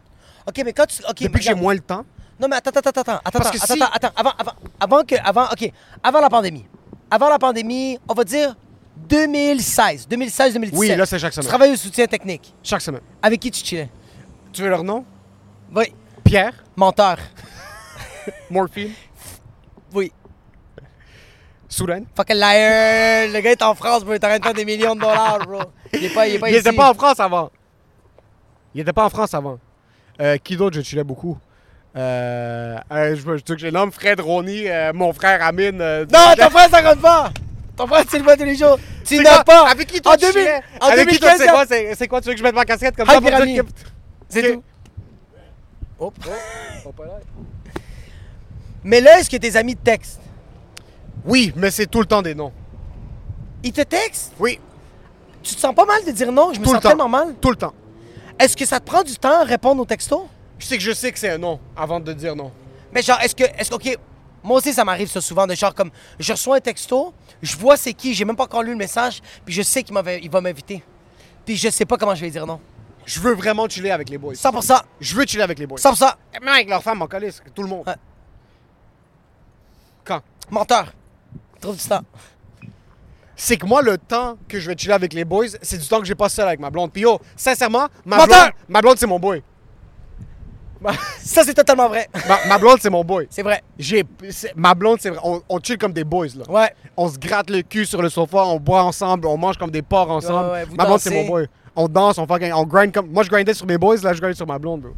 Speaker 3: OK, mais quand tu... ok
Speaker 2: depuis que j'ai
Speaker 3: regarde.
Speaker 2: moins le temps.
Speaker 3: Non, mais attends, attends, attends, attends, attends,
Speaker 2: Parce
Speaker 3: attends,
Speaker 2: que
Speaker 3: attends,
Speaker 2: si-
Speaker 3: attends, avant, avant, avant que, avant, ok, avant la pandémie, avant la pandémie, on va dire 2016, 2016-2017.
Speaker 2: Oui, là, c'est chaque
Speaker 3: Tu
Speaker 2: semaine.
Speaker 3: travailles au soutien technique.
Speaker 2: Chaque semaine.
Speaker 3: Avec qui tu chillais?
Speaker 2: Tu veux leur nom?
Speaker 3: Oui,
Speaker 2: Pierre,
Speaker 3: menteur.
Speaker 2: Morphine,
Speaker 3: Oui,
Speaker 2: Soudan.
Speaker 3: fucking liar. Le gars est en France, bro, il est en train de faire des millions de dollars, bro. Il est pas, il est pas
Speaker 2: Il
Speaker 3: ici.
Speaker 2: était pas en France avant. Il était pas en France avant. Euh, qui d'autre je tuais beaucoup? Euh, euh, je veux je veux que je les nomme Fred Rony, euh, mon frère Amine. euh,
Speaker 3: Non, ton frère, ça rentre pas. Ton frère, tu le vois tous les jours. Tu
Speaker 2: C'est
Speaker 3: n'as
Speaker 2: quoi?
Speaker 3: pas.
Speaker 2: Avec qui toi
Speaker 3: en
Speaker 2: tu
Speaker 3: 2000
Speaker 2: chillais?
Speaker 3: en
Speaker 2: Avec qui toi,
Speaker 3: 2015,
Speaker 2: c'est quoi? C'est c'est quoi? Tu veux que je mette ma casquette comme
Speaker 3: Hi,
Speaker 2: ça pour
Speaker 3: Pyramide.
Speaker 2: dire que...
Speaker 3: c'est
Speaker 2: Ok.
Speaker 3: tout. Hop. Mais là, est-ce que tes amis te textent?
Speaker 2: Oui, mais c'est tout le temps des noms.
Speaker 3: Ils te textent?
Speaker 2: Oui,
Speaker 3: Tu te sens pas mal de dire non? Je me
Speaker 2: tout le
Speaker 3: sens
Speaker 2: temps.
Speaker 3: tellement mal.
Speaker 2: Tout le temps.
Speaker 3: Est-ce que ça te prend du temps à répondre aux textos?
Speaker 2: Je sais que je sais que c'est un nom avant de dire non.
Speaker 3: Mais genre, est-ce que. Est-ce que. OK. Moi aussi, ça m'arrive ça souvent de genre comme. Je reçois un texto, je vois c'est qui, j'ai même pas encore lu le message, puis je sais qu'il m'avait- il va m'inviter. Puis je sais pas comment je vais dire non.
Speaker 2: Je veux vraiment chiller avec les boys.
Speaker 3: 100%.
Speaker 2: Je veux chiller avec les boys.
Speaker 3: 100%.
Speaker 2: Même avec leurs femmes, en calice, tout le monde.
Speaker 3: Ouais.
Speaker 2: Quand?
Speaker 3: Menteur. Trouve du temps.
Speaker 2: C'est que moi, le temps que je vais chiller avec les boys, c'est du temps que j'ai pas seul avec ma blonde. Puis yo, sincèrement, ma
Speaker 3: Menteur!
Speaker 2: blonde, ma blonde c'est mon boy.
Speaker 3: Ça, c'est totalement vrai.
Speaker 2: Ma, ma blonde, c'est mon boy.
Speaker 3: C'est vrai.
Speaker 2: J'ai, c'est- ma blonde, c'est vrai. On, on chill comme des boys, là.
Speaker 3: Ouais.
Speaker 2: On se gratte le cul sur le sofa, on boit ensemble, on mange comme des porcs ensemble.
Speaker 3: Ouais, ouais, vous
Speaker 2: ma blonde, c'est
Speaker 3: dansez.
Speaker 2: mon boy. On danse, on fucking, on grind comme. Moi, je grindais sur mes boys, là, je grindais sur ma blonde, bro.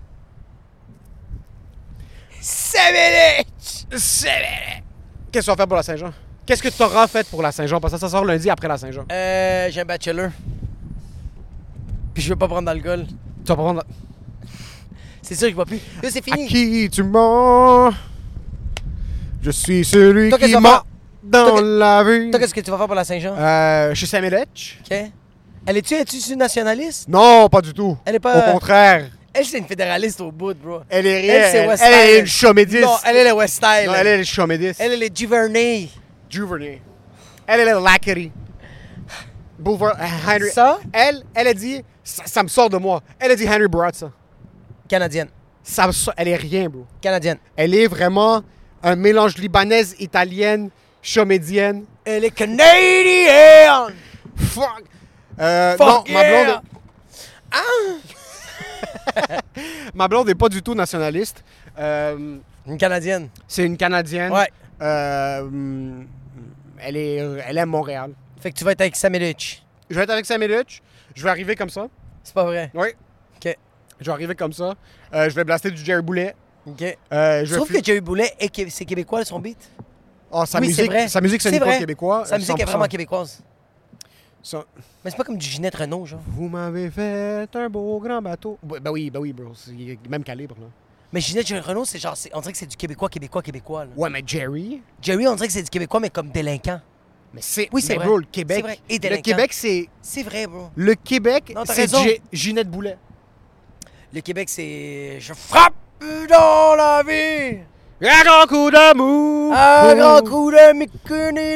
Speaker 3: Savage!
Speaker 2: Qu'est-ce qu'on va faire pour la Saint-Jean? Qu'est-ce que tu auras fait pour la Saint-Jean? Parce que ça sort lundi après la Saint-Jean.
Speaker 3: Euh, j'ai un bachelor. Puis je veux pas prendre d'alcool.
Speaker 2: Tu vas prendre.
Speaker 3: C'est sûr que je bois plus. Là, c'est
Speaker 2: À
Speaker 3: fini.
Speaker 2: qui tu mens? Je suis celui
Speaker 3: Toi, qu'est-ce
Speaker 2: qui
Speaker 3: qu'on va
Speaker 2: ment
Speaker 3: faire?
Speaker 2: dans
Speaker 3: Toi, qu'est-
Speaker 2: la rue.
Speaker 3: Toi, qu'est-ce que tu vas faire pour la Saint-Jean?
Speaker 2: Euh, chez Saint-Méletch?
Speaker 3: OK. Elle est-tu, es-tu une nationaliste?
Speaker 2: Non, pas du tout.
Speaker 3: Elle est pas- euh,
Speaker 2: Au contraire.
Speaker 3: Elle, c'est une fédéraliste au bout, bro.
Speaker 2: Elle est
Speaker 3: Elle, c'est
Speaker 2: réelle.
Speaker 3: West
Speaker 2: Elle, est
Speaker 3: Island.
Speaker 2: une chomédiste.
Speaker 3: Non, elle est le West Island.
Speaker 2: Non, elle est le chomédiste.
Speaker 3: Elle est les Duvernay.
Speaker 2: Duvernay. Elle est la Lackery. Boulevard euh, Henry.
Speaker 3: Ça?
Speaker 2: Elle, elle a dit, ça, ça me sort de moi. Elle a dit Henry Broad, ça.
Speaker 3: Canadienne.
Speaker 2: ça me sort- elle est rien, bro.
Speaker 3: Canadienne.
Speaker 2: Elle est vraiment un mélange libanaise, italienne, chomédienne.
Speaker 3: Elle est Canadienne!
Speaker 2: Fuck! Euh,
Speaker 3: Fuck
Speaker 2: non, ma
Speaker 3: yeah! Ah!
Speaker 2: blonde. Ma blonde n'est pas du tout nationaliste. Euh,
Speaker 3: Une Canadienne.
Speaker 2: c'est une Canadienne.
Speaker 3: Ouais.
Speaker 2: Euh, hum, elle, est, elle aime Montréal.
Speaker 3: Fait que tu vas être avec Samelich.
Speaker 2: Je vais être avec Samelich. Je vais arriver comme ça.
Speaker 3: C'est pas vrai.
Speaker 2: Oui.
Speaker 3: OK.
Speaker 2: Je vais arriver comme ça. Euh, je vais blaster du Jerry Boulet.
Speaker 3: OK.
Speaker 2: Euh,
Speaker 3: Je Ah,
Speaker 2: je
Speaker 3: trouve
Speaker 2: vais
Speaker 3: que Jerry Boulet, est qué- c'est québécois, son beat?
Speaker 2: Oh, sa
Speaker 3: oui, c'est
Speaker 2: musique,
Speaker 3: vrai.
Speaker 2: sa musique, c'est une
Speaker 3: vrai.
Speaker 2: icône québécoise.
Speaker 3: Sa musique est
Speaker 2: 100%.
Speaker 3: vraiment québécoise.
Speaker 2: Ça-
Speaker 3: Mais c'est pas comme du Ginette Renault, genre.
Speaker 2: Vous m'avez fait un beau grand bateau. Ouais, Ben oui, ben oui, bro. C'est le même calibre, là.
Speaker 3: Mais Ginette Renault, c'est genre, c'est- on dirait que c'est du québécois, québécois, québécois. là.
Speaker 2: Ouais, mais Jerry.
Speaker 3: Jerry, on dirait que c'est du québécois, mais comme délinquant.
Speaker 2: Mais c'est.
Speaker 3: Oui, c'est
Speaker 2: mais
Speaker 3: vrai.
Speaker 2: bro, le Québec.
Speaker 3: C'est vrai. Et
Speaker 2: le
Speaker 3: délinquant.
Speaker 2: Québec, c'est.
Speaker 3: C'est vrai, bro.
Speaker 2: Le Québec,
Speaker 3: Non, t'as
Speaker 2: c'est
Speaker 3: raison.
Speaker 2: Gi- Ginette Boulet.
Speaker 3: Le Québec, c'est. Je frappe dans la vie!
Speaker 2: Un grand coup d'amour.
Speaker 3: Un grand
Speaker 2: Oh.
Speaker 3: coup de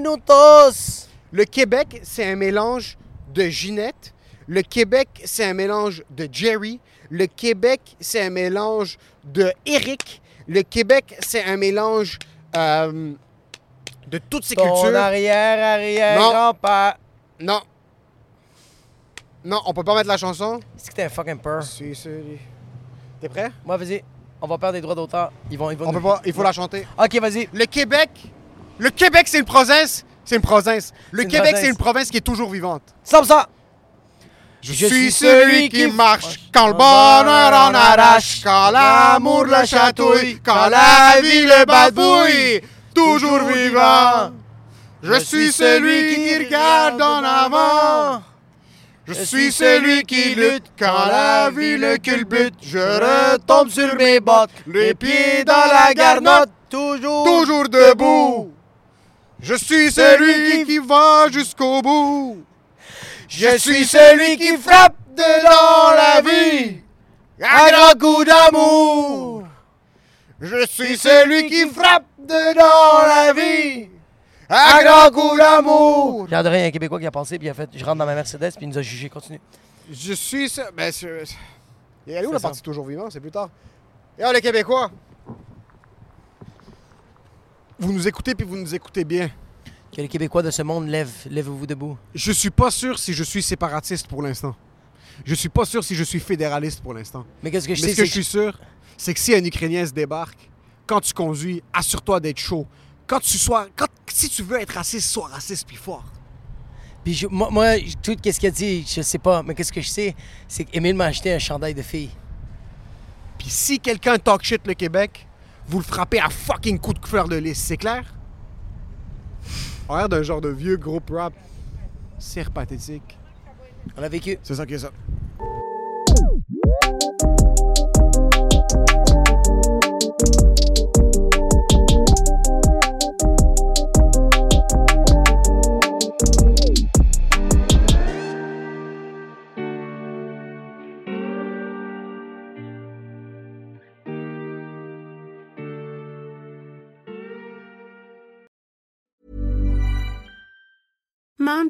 Speaker 3: Mikuninotos!
Speaker 2: Le Québec, c'est un mélange de Ginette. Le Québec, c'est un mélange de Jerry. Le Québec, c'est un mélange de Eric. Le Québec, c'est un mélange euh, de toutes ces
Speaker 3: Ton
Speaker 2: cultures.
Speaker 3: arrière-arrière-grand-père.
Speaker 2: Non. Non, on peut pas mettre la chanson.
Speaker 3: Est-ce que t'es un fucking peur?
Speaker 2: C'est celui. T'es prêt?
Speaker 3: Moi, vas-y, on va perdre des droits d'auteur. Ils vont. Ils vont
Speaker 2: On
Speaker 3: nous-
Speaker 2: peut pas, il faut la chanter.
Speaker 3: Ok, vas-y.
Speaker 2: Le Québec, le Québec, c'est une province. C'est une province. Le
Speaker 3: C'est une
Speaker 2: Québec,
Speaker 3: province.
Speaker 2: c'est une province qui est toujours vivante.
Speaker 3: Stop ça!
Speaker 2: Je,
Speaker 3: suis
Speaker 2: suis
Speaker 3: celui
Speaker 2: celui qui
Speaker 3: qui
Speaker 2: marche
Speaker 3: marche.
Speaker 2: quand le bonheur en arrache, quand l'amour le chatouille, quand la vie le babouille, toujours vivant. Je suis celui qui regarde en avant. Je suis celui qui lutte quand la vie le culbute. Je retombe sur mes bottes, les pieds dans la garnotte,
Speaker 3: toujours,
Speaker 2: toujours debout. Je suis celui qui va jusqu'au bout. Je suis celui qui frappe de dans la vie. Un grand coup d'amour. Je suis celui qui frappe de dans la vie. Un grand coup d'amour.
Speaker 3: J'ai adoré un Québécois qui a pensé, puis il a fait Je rentre dans ma Mercedes, puis il nous a jugé. Continue.
Speaker 2: Je suis ce. Ben, je- Et elle est où
Speaker 3: C'est
Speaker 2: la
Speaker 3: ça.
Speaker 2: partie toujours vivant C'est plus tard. Et oh, les Québécois. Vous nous écoutez puis vous nous écoutez bien.
Speaker 3: Que les Québécois de ce monde lèvent, lèvez-vous debout.
Speaker 2: Je suis pas sûr si je suis séparatiste pour l'instant. Je suis pas sûr si je suis fédéraliste pour l'instant.
Speaker 3: Mais qu'est-ce que je
Speaker 2: Mais
Speaker 3: sais,
Speaker 2: ce que je
Speaker 3: c'est
Speaker 2: suis sûr, c'est que si un Ukrainien se débarque, quand tu conduis, assure-toi d'être chaud. Quand tu sois, quand, si tu veux être raciste, sois raciste puis fort.
Speaker 3: Puis je- moi, moi, je- tout ce qu'il a dit, je sais pas. Mais qu'est-ce que je sais, c'est qu'Émile m'a acheté un chandail de fille.
Speaker 2: Puis si quelqu'un talk shit le Québec, vous le frappez à fucking coup de fleur de lys, c'est clair? On a l'air d'un genre de vieux groupe rap. C'est pathétique.
Speaker 3: On a vécu.
Speaker 2: C'est ça qui est ça.
Speaker 6: Mom